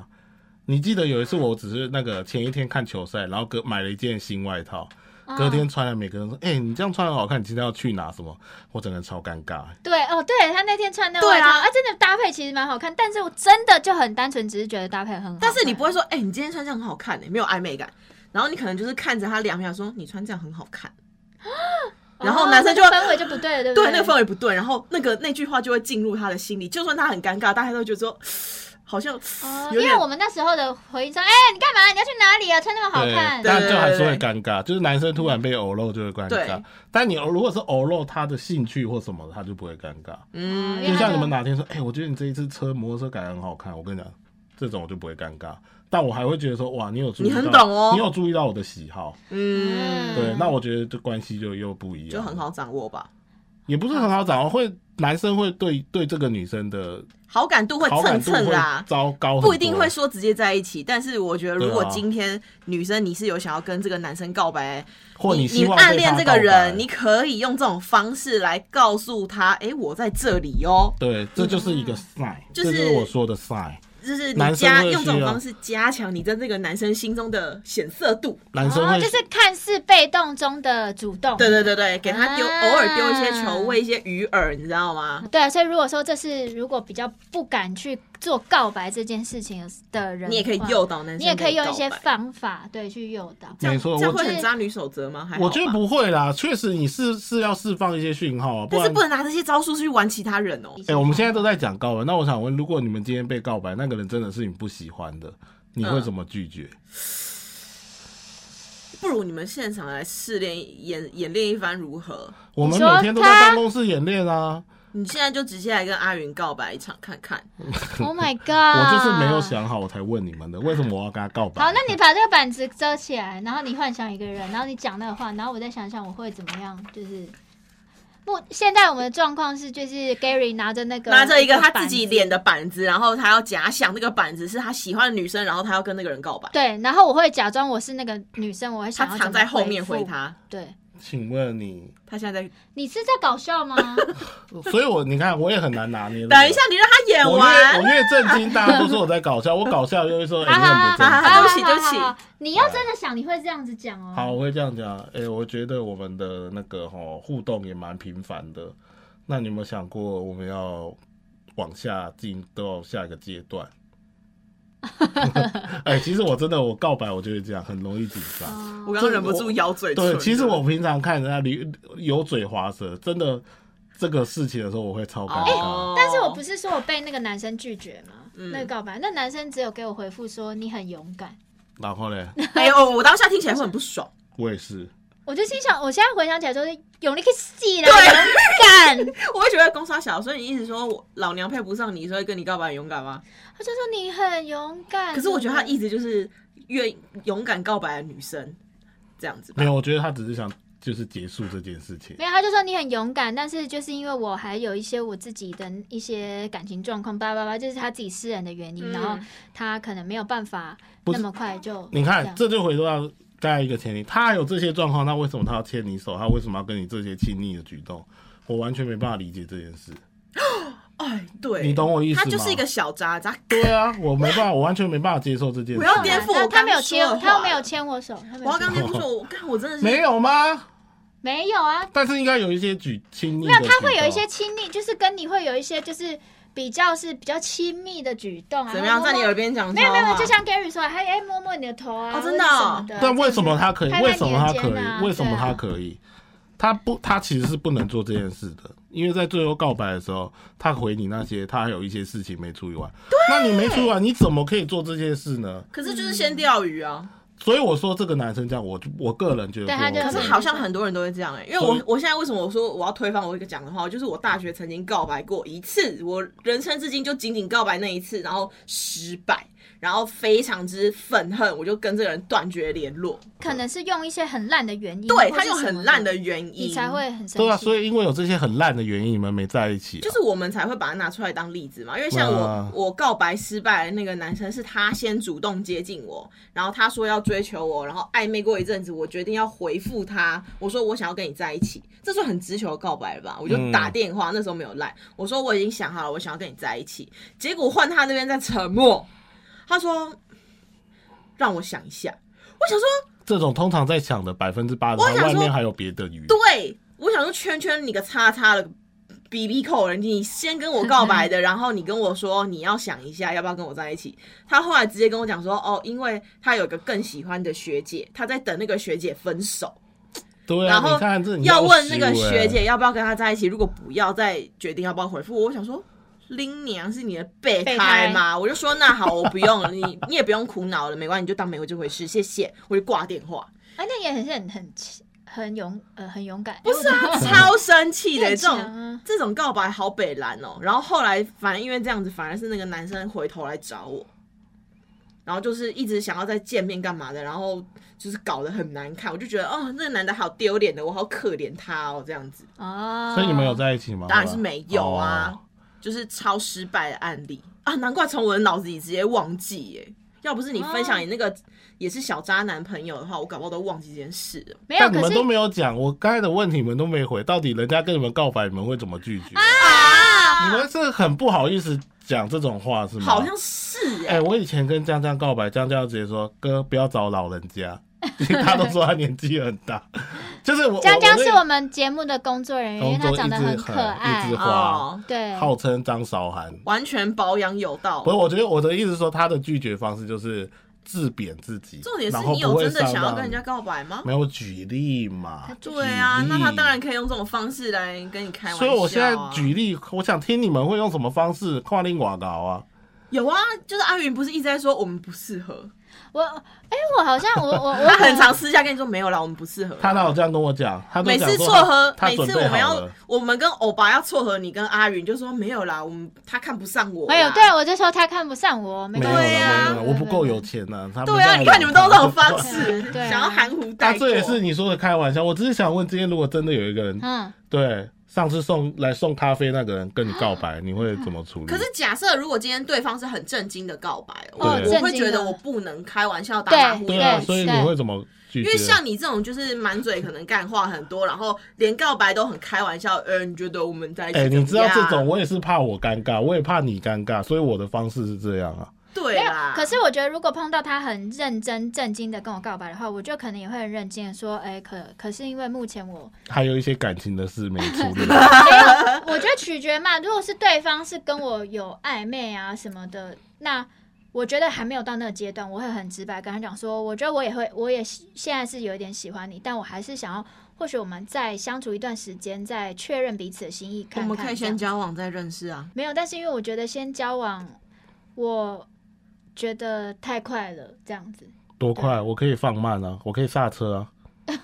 C: 你记得有一次，我只是那个前一天看球赛，然后隔买了一件新外套，
A: 啊
C: 隔
D: 啊
C: 天穿了，每个人说：“哎、你这样穿很好看，你今天要去哪？”什么？我整个人超尴尬。
D: 对哦，对他那天穿那个
A: 对
D: 外套，
A: 啊
D: 啊，真的搭配其实蛮好看，但是我真的就很单纯，只是觉得搭配很好看。
A: 但是你不会说，哎、你今天穿这样很好看呢、没有暧昧感。然后你可能就是看着他两秒，说你穿这样很好看。 然后
D: 哦
A: 男生就
D: 那个氛围就不对了，对不
A: 对，
D: 对？
A: 那个氛围不对，然后那个那句话就会进入他的心里，就算他很尴尬，大家都觉得说， 好像
D: 哦，
A: 有
D: 因为
A: 点
D: 我们那时候的回应说，哎、你干嘛？你要去哪里啊？穿那么好看，哦
A: 对
C: 但就还是会尴尬，就是男生突然被偶漏就会尴尬
A: 对。
C: 但你如果是偶漏他的兴趣或什么的，他就不会尴尬。
A: 嗯，
D: 因为
C: 就
D: 他
C: 像你们哪天说，哎、我觉得你这一次车摩托车改得很好看，我跟你讲，这种我就不会尴尬，但我还会觉得说，哇，你有注意到，
A: 你很懂哦
C: 你有注意到我的喜好，
A: 嗯，
C: 对，那我觉得这关系就又不一样，
A: 就很，好掌握吧，
C: 也不是很好掌握，会男生会对对这个女生的
A: 好感度会
C: 好
A: 蹭
C: 感度
A: 蹭
C: 会
A: 啦。
C: 糟糕很多，啊
A: 不一定会说直接在一起，但是我觉得，如果今天女生你是有想要跟这个男生告白，
C: 或
A: 你
C: 希望
A: 暗
C: 被
A: 恋
C: 他
A: 这个
C: 告白
A: 人，你可以用这种方式来告诉他，哎、我在这里哦，
C: 对，这就是一个 sign，、
A: 就
C: 这
A: 是
C: 就是我说的 sign，
A: 就是
C: 男
A: 你
C: 生
A: 加
C: 会
A: 用这
C: 需
A: 种
C: 要
A: 方式加强你在这个男生心中的显色度。
C: 男生
D: 哦，
C: 会、
D: 就是看似被动中的主动，
A: 对对对对，给他丢、
D: 啊
A: 偶尔丢一些球，喂一些鱼饵，你知道吗？
D: 对啊，所以如果说这是如果比较不敢去做告白这件事情的人，
A: 你也可以，诱导男生，
D: 你也可以用一些方法对去诱导。
A: 这样
C: 没错
A: 这样
C: 我
A: 会
D: 觉得
A: 很渣女守则吗？还好吧
C: 我觉得，不会啦，确实你是是要释放一些讯号啊，不
A: 但是
C: 然
A: 不能拿这些招数去玩其他人哦。
C: 哎、我们现在都在讲告白，那我想问，如果你们今天被告白，那个人真的是你不喜欢的，你会怎么拒绝？
A: 不如你们现场来试炼演演练一番如何？
C: 我们
D: 你说
C: 每天都在
D: 他
C: 办公室演练啊，
A: 你现在就直接来跟阿云告白一场看看。
D: Oh my god！
C: 我就是没有。想好，我才问你们的，为什么我要跟他告白？
D: 好，那你把这个板子遮起来，然后你幻想一个人，然后你讲那个话，然后我再想想我会怎么样，就是。目现在我们的状况是，就是 Gary 拿着那个
A: 拿着一个他
D: 板
A: 自己
D: 子
A: 脸的板子，然后他要假想那个板子是他喜欢的女生，然后他要跟那个人告白，
D: 对，然后我会假装我是那个女生，我会
A: 他
D: 想要
A: 藏
D: 怎么
A: 在后面
D: 回
A: 回
D: 复。
A: 他。
D: 对，
C: 请问你，
A: 他现在在
D: 你是在搞笑
A: 啊
D: 吗？
C: 所以我你看我也很难拿捏。
A: 等一下，，你让他演
C: 我
A: 完
C: 越我。越震惊，大家都说我在搞笑，我搞笑又会说哎、
D: 哈
C: 你很
D: 哈
C: 不正
A: 啊
C: 经。
A: 啊对不起
D: 好
A: 对不起
D: 好好你要真的想，你会这样子讲哦。
C: 好，我会这样讲。哎、我觉得我们的那个吼互动也蛮频繁的。那你有没有想过，我们要往下进到下一个阶段？哎、其实我真的，我告白我就会这样，很容易紧张。
D: 哦，
A: 我刚刚忍不住咬嘴唇。
C: 对，其实我平常看人家驴油嘴滑舌，真的这个事情的时候，我会超尴尬。
A: 哦，
D: 哎但是我不是说我被那个男生拒绝吗？那个
A: 嗯
D: 告白，那男生只有给我回复说你很勇敢。
C: 然后嘞，
A: 哎呦，我当下听起来会很不爽。
C: 我也是，
D: 我就心想，我现在回想起来就是勇力可以死啦，勇敢。
A: 我会觉得公刷小，所以你一直说我老娘配不上你，所以跟你告白很勇敢吗？
D: 他就说你很勇敢。哦
A: 可是我觉得她
D: 一
A: 一直就是越勇敢告白的女生，这样子吧
C: 没。有，我觉得他只是想就是结束这件事情。
D: 没有，他就说你很勇敢，但是就是因为我还有一些我自己的一些感情状况，叭叭叭，就是他自己私人的原因，
A: 嗯
D: 然后他可能没有办法
C: 不
D: 那
C: 是
D: 么快就
C: 你看，
D: 样
C: 这就回到刚才一个前提，他还有这些状况，那为什么他要牵你手？他为什么要跟你这些亲密的举动？我完全没办法理解这件事。
A: 哎，对，
C: 你懂我意思吗
A: 她就是一个小渣渣，
C: 对啊，我没办法，我完全没办法接受 这件
A: 不
C: 事。
A: 要颠覆
D: 他
A: 我
D: 他
A: 刚
D: 没有
A: 刚说的
D: 牵，
A: 话
D: 他没有牵我手，他没
A: 我
D: 有
A: 要
D: 牵
A: 刚刚不说，我看我真的是
C: 没有吗？
D: 没有啊，
C: 但是应该有一些举亲密
D: 没
C: 的
D: 有，
C: 举动
D: 他会有一些亲密，就是跟你会有一些就是比较是比较亲密的举动啊，
A: 怎么样，
D: 然后
A: 在
D: 摸
A: 你耳边讲
D: 没有没有，没有
A: 悄话
D: 就像 Gary 说的，还哎摸摸你的头啊，
A: 哦真的哦
D: 或者什么的
C: 但为什么他可以
D: 拍？拍
C: 为什么他
D: 你
C: 可
D: 的肩啊
C: 以？为什么他可以？他不，他其实是不能做这件事的，因为在最后告白的时候，他回你那些，他还有一些事情没处理完。那你没处理完，你怎么可以做这些事呢？
A: 可是就是先钓鱼啊。
C: 所以我说这个男生这样，我就我个人觉得
D: 对
C: 说，
D: 他就
A: 可是
D: 嗯
A: 好像很多人都会这样哎、因为我
C: 所以
A: 我现在为什么我说我要推翻我一个讲的话，就是我大学曾经告白过一次，我人生至今就仅仅告白那一次，然后失败。然后非常之愤恨，我就跟这个人断绝联络。
D: 可能是用一些很烂的原因，
A: 对
D: 嗯或
A: 他
D: 是
A: 有
D: 什么
A: 很烂的，原因，
D: 你才会很生气。
C: 对啊，所以因为有这些很烂的原因，你们没在一起啊、
A: 就是我们才会把它拿出来当例子嘛。因为像我，
C: 哇
A: 我告白失败的那个男生是他先主动接近我，然后他说要追求我，然后暧昧过一阵子，我决定要回复他，我说我想要跟你在一起，这算很直球的告白了吧？我就打电话，那时候没有赖，我说我已经想好了，我想要跟你在一起。结果换他那边在沉默，他说让我想一下，我想说。
C: 这种通常在抢的百分之八十，
A: 我想
C: 外
A: 说
C: 面还有别的鱼。
A: 对，我想说圈圈你个叉叉了。B B 扣人，你先跟我告 白的，然后你跟我说哦你要想一下要不要跟我在一起。他后来直接跟我讲说，哦，因为他有个更喜欢的学姐，他在等那个学姐分手，
C: 对啊，
A: 然后
C: 你看这你
A: 要
C: 要
A: 问那个
C: 修欸
A: 学姐要不要跟他在一起，如果不要再决定要不要回复我。我想说，林娘是你的备
D: 备
A: 胎
D: 胎
A: 吗？我就说那好，我不用了，你你也不用苦恼了，没关系，你就当没有这回事，谢谢。我就挂电 话。
D: 哎，那也很很很很勇呃很勇敢，
A: 不是 啊，超生气的
D: 很
A: 这种、
D: 强啊
A: 这种告白好北蓝哦。然后后来反正因为这样子，反而是那个男生回头来找我，然后就是一直想要再见面干嘛的，然后就是搞得很难看，我就觉得哦，那个男的好丢脸的，我好可怜他哦，这样子
D: 哦，
C: 所以你们有在一起吗？
A: 当然是没有啊，
C: 哦
A: 就是超失败的案例啊，难怪从我的脑子里直接忘记耶。要不是你分享你那个也是小渣男朋友的话，我搞不好都忘记这件事了。
D: 没有，
C: 但你
D: 可
C: 们
D: 是
C: 都没有讲，我刚才的问题你们都没回，到底人家跟你们告白，你们会怎么拒绝？你们是很不好意思讲这种话是吗？
A: 啊好像是
C: 哎、
A: 哎、
C: 我以前跟江江告白，江江直接说：“哥，不要找老人家。” 他都说他年纪很大，就是我
D: 江江是
C: 我
D: 我们节目的工作人员，因为
C: 那个
D: 他
C: 工作
D: 长得
C: 一枝
D: 可
C: 很一枝
D: 爱，
C: 花，
D: 对，
C: 号称张韶涵。
A: 哦完全保养有道。
C: 不是，我觉得我的意思是说，他的拒绝方式就是自贬自己，
A: 重点是
C: 然后
A: 你
C: 不
A: 有
C: 会
A: 真的
C: 伤
A: 想要
C: 到
A: 跟人
C: 你
A: 家告白吗？
C: 没有举例嘛？
A: 对啊
C: 举，例
A: 那他当然可以用这种方式来跟你开玩笑、啊。
C: 所以我现在举例，我想听你们会用什么方式跨令瓦搞啊？
A: 有啊，就是阿云不是一直在说我们不适合，
D: 我哎，我好像我我我
A: 他很常私下跟你说没有啦，我们不适合。
C: 他哪有这样跟我讲？他都
A: 每
C: 讲
A: 次
C: 说
A: 撮
C: 他
A: 合，
C: 他
A: 每
C: 准
A: 次
C: 备
A: 我们
C: 好
A: 要
C: 了。
A: 我们跟欧巴要撮合你跟阿云，就说没有啦，我们他看不上我啦。
D: 没有，对啊我就说他看不上我，没
C: 没有
D: 关系
A: 对啊
C: 了，没有了我不够有钱呐、他们
A: 对啊，
C: 这样
A: 你看你们都
C: 讲
A: 有这种方式
D: 对，对啊
A: 想要含糊带
C: 啊，
A: 过。
C: 这也是你说的开玩笑。我只是想问，今天如果真的有一个人，
D: 嗯，
C: 对上次送来送咖啡那个人跟你告白，你会怎么处理？
A: 可是假设如果今天对方是很震惊的告白，我
C: 哦
A: 我
D: 震
A: 会
D: 惊
A: 觉
D: 的
A: 得我不能开玩笑打马虎
C: 对啊，
A: 眼
D: 对
C: 所以你会怎么拒
A: 因
C: 绝？
A: 为像你这种就是满嘴可能干话很多，然后连告白都很开玩笑，呃，你觉得我们在一起
C: 哎、
A: 怎么样？啊
C: 你知道这种，我也是怕我尴尬，我也怕你尴尬，所以我的方式是这样啊。
A: 对
D: 没有
A: 啦。。
D: 可是我觉得，如果碰到他很认真、正经的跟我告白的话，我就可能也会很认真的说，哎，可可是因为目前我
C: 还有一些感情的事没处 理。
D: 我觉得取决嘛，如果是对方是跟我有暧昧啊什么的，那我觉得还没有到那个阶段，我会很直白跟他讲说，我觉得我也会，我也喜现在是有一点喜欢你，但我还是想要，或许我们再相处一段时间，再确认彼此的心意，
A: 我
D: 看看
A: 们可以
D: 这样
A: 先交往再认识啊，
D: 没有，但是因为我觉得先交往，我觉得太快了，这样子。
C: 多快？我可以放慢啊，我可以刹车 啊。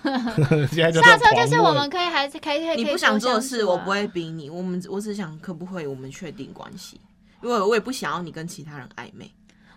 C: 现在叫做
D: 下车就是
C: 狂
D: 我
C: 问
D: 们可以还是可以可以
A: 你
D: 可以
A: 不想做
D: 多
A: 的
D: 相
A: 事，
D: 处啊
A: 我不会逼你。我们我只想可不可以我们确定关系，因为我也不想要你跟其他人暧昧。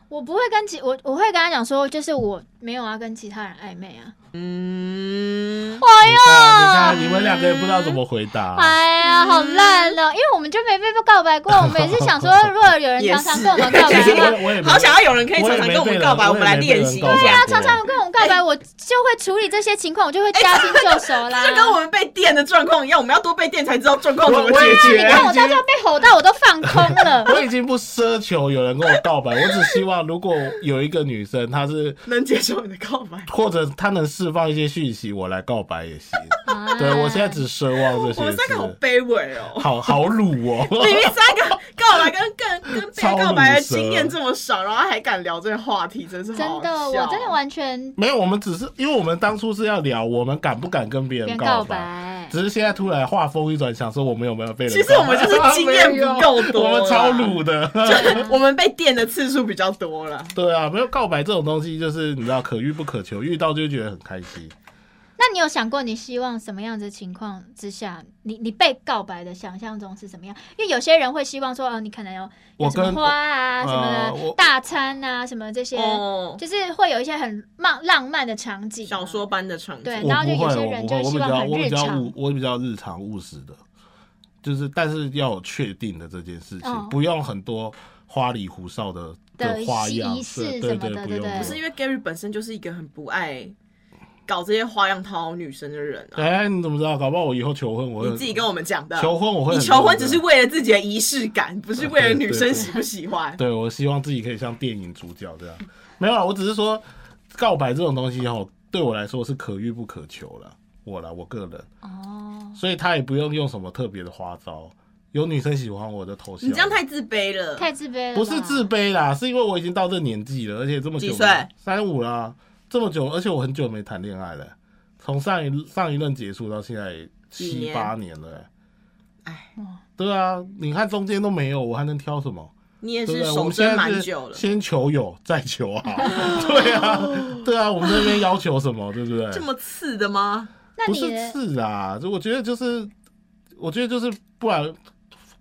D: 我不会跟其我我会跟他讲说，就是我没有要跟其他人暧昧啊。
A: 嗯，
C: 你看，你看，你们两个也不知道怎么回答、啊
D: 哎呀，好
A: 嗯
D: 烂哦！因为我们就没被告白过，我们也是 想说，如果有人
A: 也
D: 常
A: 是
D: 常跟我们告
C: 其
D: 白
C: 实
D: 的话，
C: 我我也没
A: 好想要有人可以常常跟我
C: 我也
A: 们
C: 没
A: 告白，
C: 被人
A: 我们来练习一
C: 我也没被人
A: 下
C: 告白。
D: 他常常跟我们告
A: 哎
D: 白，我就会处理这些情况，我就会驾轻就熟啦。
A: 哎就跟我们被电的状况一样，我们要多被电才知道状况怎么
C: 我
A: 解
C: 也
A: 决。
C: 觉
D: 你看我到最后被吼到，我都放空了。
C: 我已经不奢求有人跟我告白，我只希望如果有一个女生，她是
A: 能接受你的告白，
C: 或者她能释放一些讯息，我来告白 也行。
D: 啊
C: 对我现在只奢望这
A: 我们
C: 些
A: 三个好
C: 事。
A: 卑微哦。
C: 好好鲁
A: 明
C: 哦，
A: 明三个告白跟跟跟被告白的经验
C: 超鲁蛇
A: 这么少，然后还敢聊这个话题，真是好
D: 真的，
A: 好
D: 我
A: 笑
D: 真的 完全
C: 没有，我们只是因为我们当初是要聊我们敢不敢跟别人
D: 边
C: 告
D: 告
C: 白，
D: 白。
C: 只是现在突然话锋一转，想说我们有没有被人告
A: 其
C: 白？
A: 实我们就是经验不够多啊啦
C: 我们超鲁的。
A: 我们被电的次数比较 多了。
C: 对啊，没有告白这种东西，就是你知道可遇不可求，遇到就觉得很开心。
D: 那你有想过，你希望什么样子的情况之下，你你被告白的想象中是什么样？因为有些人会希望说，哦、你可能有有
C: 我
D: 什么
C: 跟
D: 花啊，
C: 我
D: 什
C: 呃
D: 么
C: 我
D: 大餐啊，什么这些，
A: 哦，
D: 就是会有一些很浪浪漫的场景、啊
A: 小说，般的场景，
D: 对然
C: 我
D: 后就
C: 不
D: 有
C: 会，
D: 些
C: 我
D: 人
C: 不
D: 就
C: 会，
D: 是
C: 我
D: 希
C: 比
D: 望
C: 较
D: 很
C: 我比
D: 日
C: 较
D: 常
C: 务，我比较日常务实的，就是但是要有确定的这件事情，
D: 哦
C: 不用很多花里胡哨的
D: 的
C: 花
D: 仪
C: 样，
D: 仪式
C: 对
D: 什
C: 对对，
D: 么的
C: 不用
D: 对对
A: 不是因为 Gary 本身就是一个很不爱搞这些花样讨女生的人啊，
C: 哎，你怎么知道？搞不好我以后求婚，我会
A: 你自己跟我们讲的。
C: 求婚，我会
A: 你
C: 很
A: 求婚
C: 认真
A: 只是为了自己的仪式感，不是为了
C: 对
A: 女
C: 对
A: 生
C: 对
A: 喜不喜欢。
C: 对我希望自己可以像电影主角这样，没有啦，啊我只是说告白这种东西哦，对我来说是可遇不可求了，我啦，我个人，
D: 哦，
C: 所以他也不用用什么特别的花招，有女生喜欢我就投降。
A: 你这样太自卑了。
D: 太自卑了吧，
C: 不是自卑啦，是因为我已经到这年纪了，而且这么久
A: 几岁
C: 三五啦，这么久，而且我很久没谈恋爱了，从上一上一任结束到现在
A: 几
C: 七
A: 年
C: 八年了、欸。
A: 哎，
C: 对啊，你看中间都没有，我还能挑什么？
A: 你也
C: 对
A: 是
C: 不对？我
A: 手
C: 们现
A: 牵
C: 在
A: 蛮
C: 是
A: 久了，
C: 先求友再求好， 对啊，对啊，我们这边要求什么，对不对？
A: 这么次的吗？
D: 那
C: 不
D: 你
C: 是
D: 的
C: 刺啊，就我觉得就是，我觉得就是不然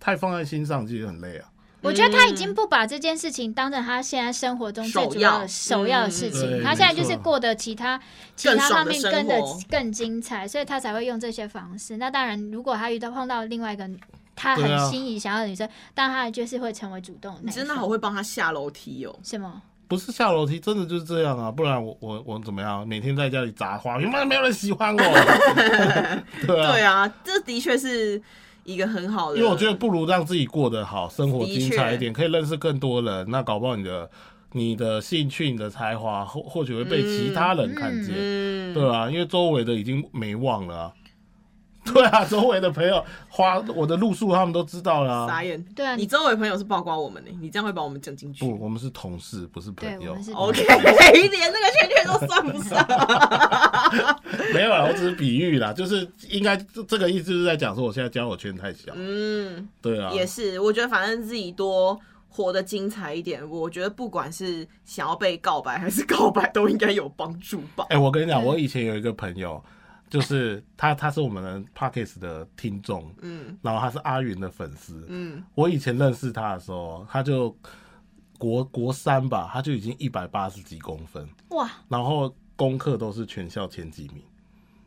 C: 太放在心上，其实很累啊。
D: 我觉得他已
A: 嗯
D: 经不把这件事情当成他现在生活中最主要的
A: 首要
D: 首要的事情，
C: 嗯
D: 他现在就是过得其他其
A: 更
D: 他
A: 爽
D: 方
A: 的
D: 面
A: 生
D: 更的
A: 活
D: 更精彩，所以他才会用这些方式。那当然，如果他遇到碰到另外一个他
C: 对啊
D: 很心仪想要的女生，当然他就是会成为主动的那
A: 你
D: 一方。
A: 真的好会帮他下楼梯哦。
D: 什么？
C: 不是下楼梯，真的就是这样啊！不然我我我怎么样？每天在家里砸花，有没有没有人 喜欢我？对啊，
A: 对啊，这的确是一个很好的，
C: 因为我觉得不如让自己过得好，生
A: 的
C: 活精彩
A: 确
C: 一点，可以认识更多人。那搞不好你的你的兴趣、你的才华，或或许会被其他人看见。
A: 嗯，
C: 对啊，因为周围的已经没忘了、啊。对啊，周围的朋友花我的路数，他们都知道了、
A: 傻
C: 啊。
A: 眼。
D: 对啊，
A: 你
D: 你
A: 周围朋友是曝光我们呢，你这样会把我们整进
C: 不，
A: 去。
C: 我们是同事，不是朋
D: 对
C: 友
D: 我。们是
A: 哦 OK，连那个圈圈都算不 上。
C: 没有啦，我只是比喻啦，就是应该这这个意思，就是在讲说我现在交友圈太小。
A: 嗯，
C: 对啊，
A: 也是，我觉得反正自己多活得精彩一点，我觉得不管是想要被告白还是告白，都应该有帮助吧。
C: 哎、我跟你讲，
A: 嗯
D: 对
C: 我以前有一个朋友，就是他，他是我们的 Parkes 的听众，
A: 嗯
C: 然后他是阿云的粉丝。
A: 嗯，
C: 我以前认识他的时候，他就国国三吧，他就已经一百八十几公分，
D: 哇，
C: 然后功课都是全校前几名。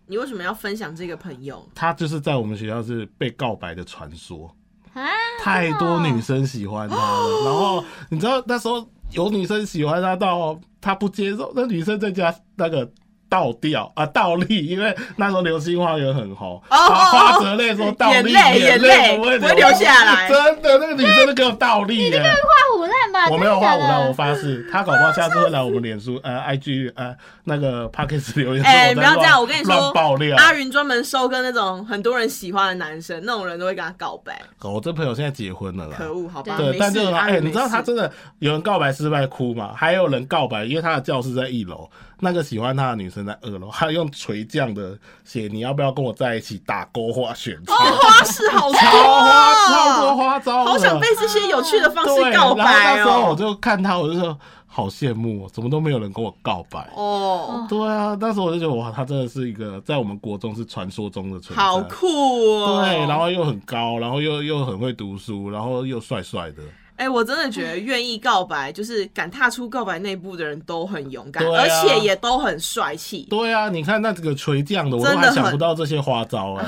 A: 你为什么要分享这个朋友？
C: 他就是在我们学校是被告白的传说，
D: 啊，
C: 太多女生喜欢他了。然后你知道那时候有女生喜欢他到他不接受，那女生在家那个倒吊啊倒立，因为那时候流星花园很红，
A: 哦
C: 然后花
A: 哦
C: 泽类说倒立，
A: 眼泪
C: 眼
A: 眼泪
C: 不会
A: 不会流下来
C: 真的那个女生都给我倒立耶。
D: 画虎烂吧？
C: 我没有画
D: 画
C: 我了，我发誓，他搞不好下次会来我们脸书、呃、IG、呃那个 p a c k a g e 留言说
A: 哎、
C: 在
A: 不要这样！
C: 乱
A: 我跟你
C: 乱
A: 说
C: 爆料，。
A: 阿云专门收跟那种很多人喜欢的男生，那种人都会跟他告白。
C: 哦我这朋友现在结婚了啦，
A: 可恶，好吧，
D: 对
A: 啊没
C: 对，
A: 事。
C: 但就是
A: 阿
C: 哎、
A: 云
C: 你知道
A: 没事
C: 他真的有人告白失败哭吗？还有人告白，因为他的教室在一楼，那个喜欢他的女生在二楼，他用垂降的写你要不要跟我在一起打勾画选
A: 哦，
C: 超
A: 花式好多、
C: 花超多
A: 哦，
C: 花招的，
A: 好想被这些有趣的方
C: 对
A: 式告白
C: 然后那时候我
A: 哦。
C: 就看他，我就说好羡慕哦，怎么都没有人跟我告白。
A: 哦，
C: 对啊，那时候我就觉得哇，他真的是一个在我们国中是传说中的存在，
A: 好酷哦。
C: 对，然后又很高，然后又又很会读书，然后又帅帅的。
A: 哎、我真的觉得愿意告白，就是敢踏出告白那一步的人都很勇敢，
C: 对啊
A: 而且也都很帅气。
C: 对啊，你看那这个垂降的，我
A: 真
C: 都
A: 的
C: 还想
A: 很
C: 不到这些花 招哎、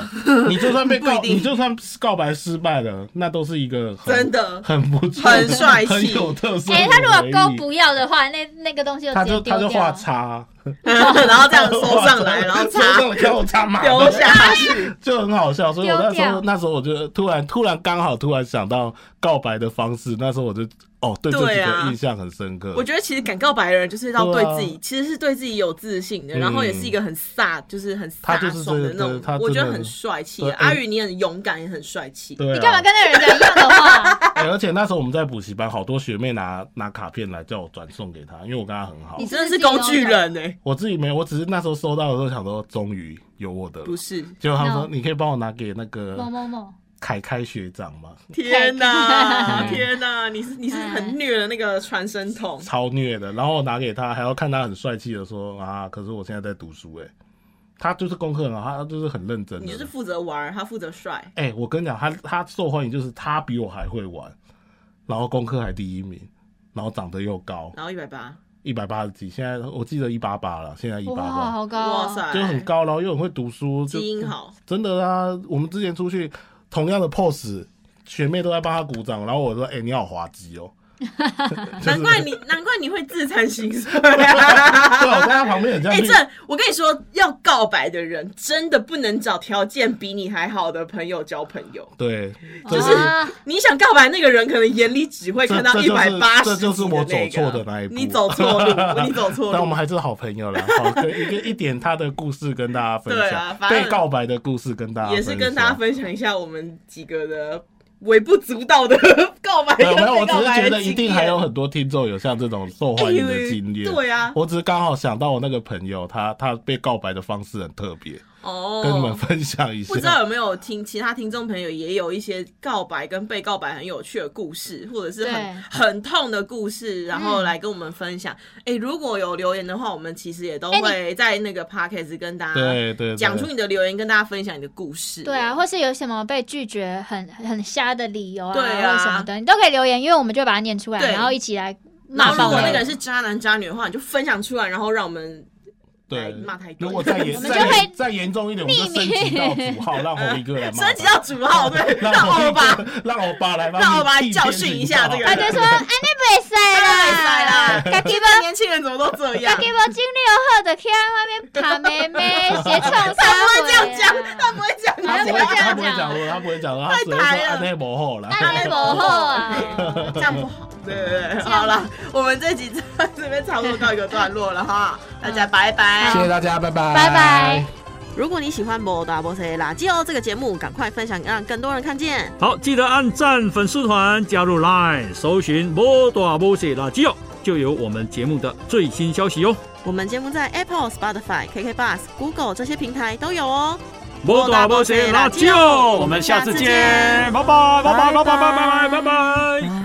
C: 你就算被告，
A: 不一定
C: 你就算告白失败了，那都是一个很
A: 真的
C: 很不错的、
A: 很帅气
C: 很有特色的回忆。
D: 哎，他如果勾不要的话，那那个东西
C: 他
D: 直接
C: 就他
D: 丢
C: 就画
D: 掉。
C: 叉，
A: 然后这样收上来，然后
C: 收
A: 插
C: 上来，给我插马
A: 丢下去。
C: 就很好笑，所以我那时
D: 丢
C: 候
D: 掉
C: 那时候我就突然突然刚好突然想到告白的方式，那时候我就哦对这
A: 对
C: 几
A: 啊
C: 个印象很深刻。
A: 我觉得其实敢告白的人，就是要对
C: 嗯对啊
A: 自己，其实是对自己有自信的，
C: 嗯
A: 然后也是一个很飒，就是很
C: 他就
A: 飒
C: 是
A: 爽的
C: 这个
A: 那
C: 他
A: 种，我觉得
C: 真的
A: 很帅气
C: 对
A: 啊。阿宇，你很勇敢，也很帅气。
C: 对、啊，
D: 你干嘛跟那个人讲一 样的话？
C: 哎而且那时候我们在补习班，好多学妹拿拿卡片来叫我转送给她，因为我跟她很好
A: 你。
D: 你
A: 真的是工具人哎、
C: 我自己没有，我只是那时候收到的时候想说，终于有我的了
A: 不。是？
C: 结果他们
D: No
C: 说，你可以帮我拿给那
D: 某
C: 个
D: 某某，
C: 凯凯学长吗？
A: 天哪，
C: 嗯
A: 天哪！你是你是很虐的那个传声筒，
C: 超虐的。然后我拿给他，还要看他很帅气的说啊，可是我现在在读书哎、他就是功课很好，他他就是很认真的。
A: 你就是负责玩，他负责帅，
C: 哎、我跟你讲，他他受欢迎就是他比我还会玩，然后功课还第一名，然后长得又高，
A: 然后一百八，
C: 一百八十几，现在我记得一八八了，现在一八
D: 哇，
C: 八，
D: 好高、
A: 哇
D: 哦！
A: 塞，
C: 就很，高，然后又很会读书，就
A: 基因好，
C: 真的啊。我们之前出去同样的 pose，学妹都在帮他鼓掌，然后我说：“哎、你好滑稽哦。 就是
A: 难怪你难怪你会自惭形秽。
C: 对，啊我在他旁边很像
A: 哎、
C: 绿
A: 这我跟你说，要告白的人真的不能找条件比你还好的朋友交朋友。
C: 对，
A: 就
C: 这
A: 是
D: 啊
A: 你想告白那个人，可能眼里只会看到
C: 这
A: 一
C: 这
A: 百
C: 就是
A: 八十，
C: 这就是我走错的那一步
A: 你走错路，你走 错
C: 但我
A: 路。
C: 们还是好朋友啦。 好，跟一个一点他的故事跟大家分
A: 对啊
C: 享，
A: 反正
C: 被告白的故事跟大家
A: 也是跟大家
C: 享。
A: 分享一下我们几个的微不足道的 告白
C: 没有
A: 跟
C: 没 有，我
A: 被
C: 只
A: 告
C: 是
A: 白
C: 觉
A: 的
C: 得一
A: 经
C: 定还有
A: 验
C: 很多听众有像这种受欢迎的经验。
A: 哎呦对啊
C: 我只是刚好想到我那个朋友，他他被告白的方式很特别，
A: 哦，
C: 跟你们分享一下。
A: 不知道有没啊有听其他听众朋友也有一些告白跟被告白很有趣的故事，或者是
D: 对嗯
A: 很很痛的故事，然后来跟我们分享。哎、如果有留言的话，我们其实也都
D: 哎你
A: 会在那个 podcast 跟大家
C: 对对，对
A: 讲出你的留言，跟大家分享你的故事。
D: 对啊，，或是有什么被拒绝很很瞎的理由啊，
A: 对啊
D: 或者什么的，你都可以留言，因为我们就会把它念出来，
A: 对
D: 然后一起来
A: 然
D: 骂
A: 后
D: 爆
A: 如果那
D: 人
A: 个人是渣男渣女的话，你就分享出来，然后让我们来
C: 对
A: 骂他一顿
C: 如果再 严
D: 我们就
C: 再
D: 会
C: 严再严重一点，我们就升级到主号，让红一哥来骂 他。
A: 升级到主 号，对，
C: 让
A: 让
C: 红
A: 欧
C: 一
A: 巴
C: 哥，让欧巴来帮你
A: 让欧巴
C: 替
A: 教
C: 天
A: 训
C: 行
A: 一下
C: 道
A: 这个
D: 他就 说：“安尼袂使啦，
A: 这
D: 家己
A: 一般年轻人怎么都这样
D: 家？己无精力好，就去外面爬妹妹，斜冲啥
A: 他不会这样
D: 货
A: 讲，
D: 啊
A: 他不会这样讲
C: 他不会，
D: 这样
C: 他不会
D: 讲
C: 讲，他不会讲，他只
A: 太
C: 会说啊
A: 抬了
C: 按内幕后啦。
D: 安尼无好 啊。
A: 这样不 好。对对对，好了，我们这集在 这边差不多告一个段落了哈，大家拜拜。
C: 谢谢大家，拜拜，
D: 拜拜。
A: 如果你喜欢《摩达波塞垃圾哦》这个节目，赶快分享，让更多人看见。
B: 好，记得按赞粉丝团，加入 Line，搜寻“摩大摩西垃圾哦”，就有我们节目的最新消息哦哟。
A: 我们节目在 Apple、Spotify、KK Bus、Google 这些平台都有哦。
B: 摩大摩西垃圾哦，我们下次见，拜拜拜拜拜拜拜拜拜拜。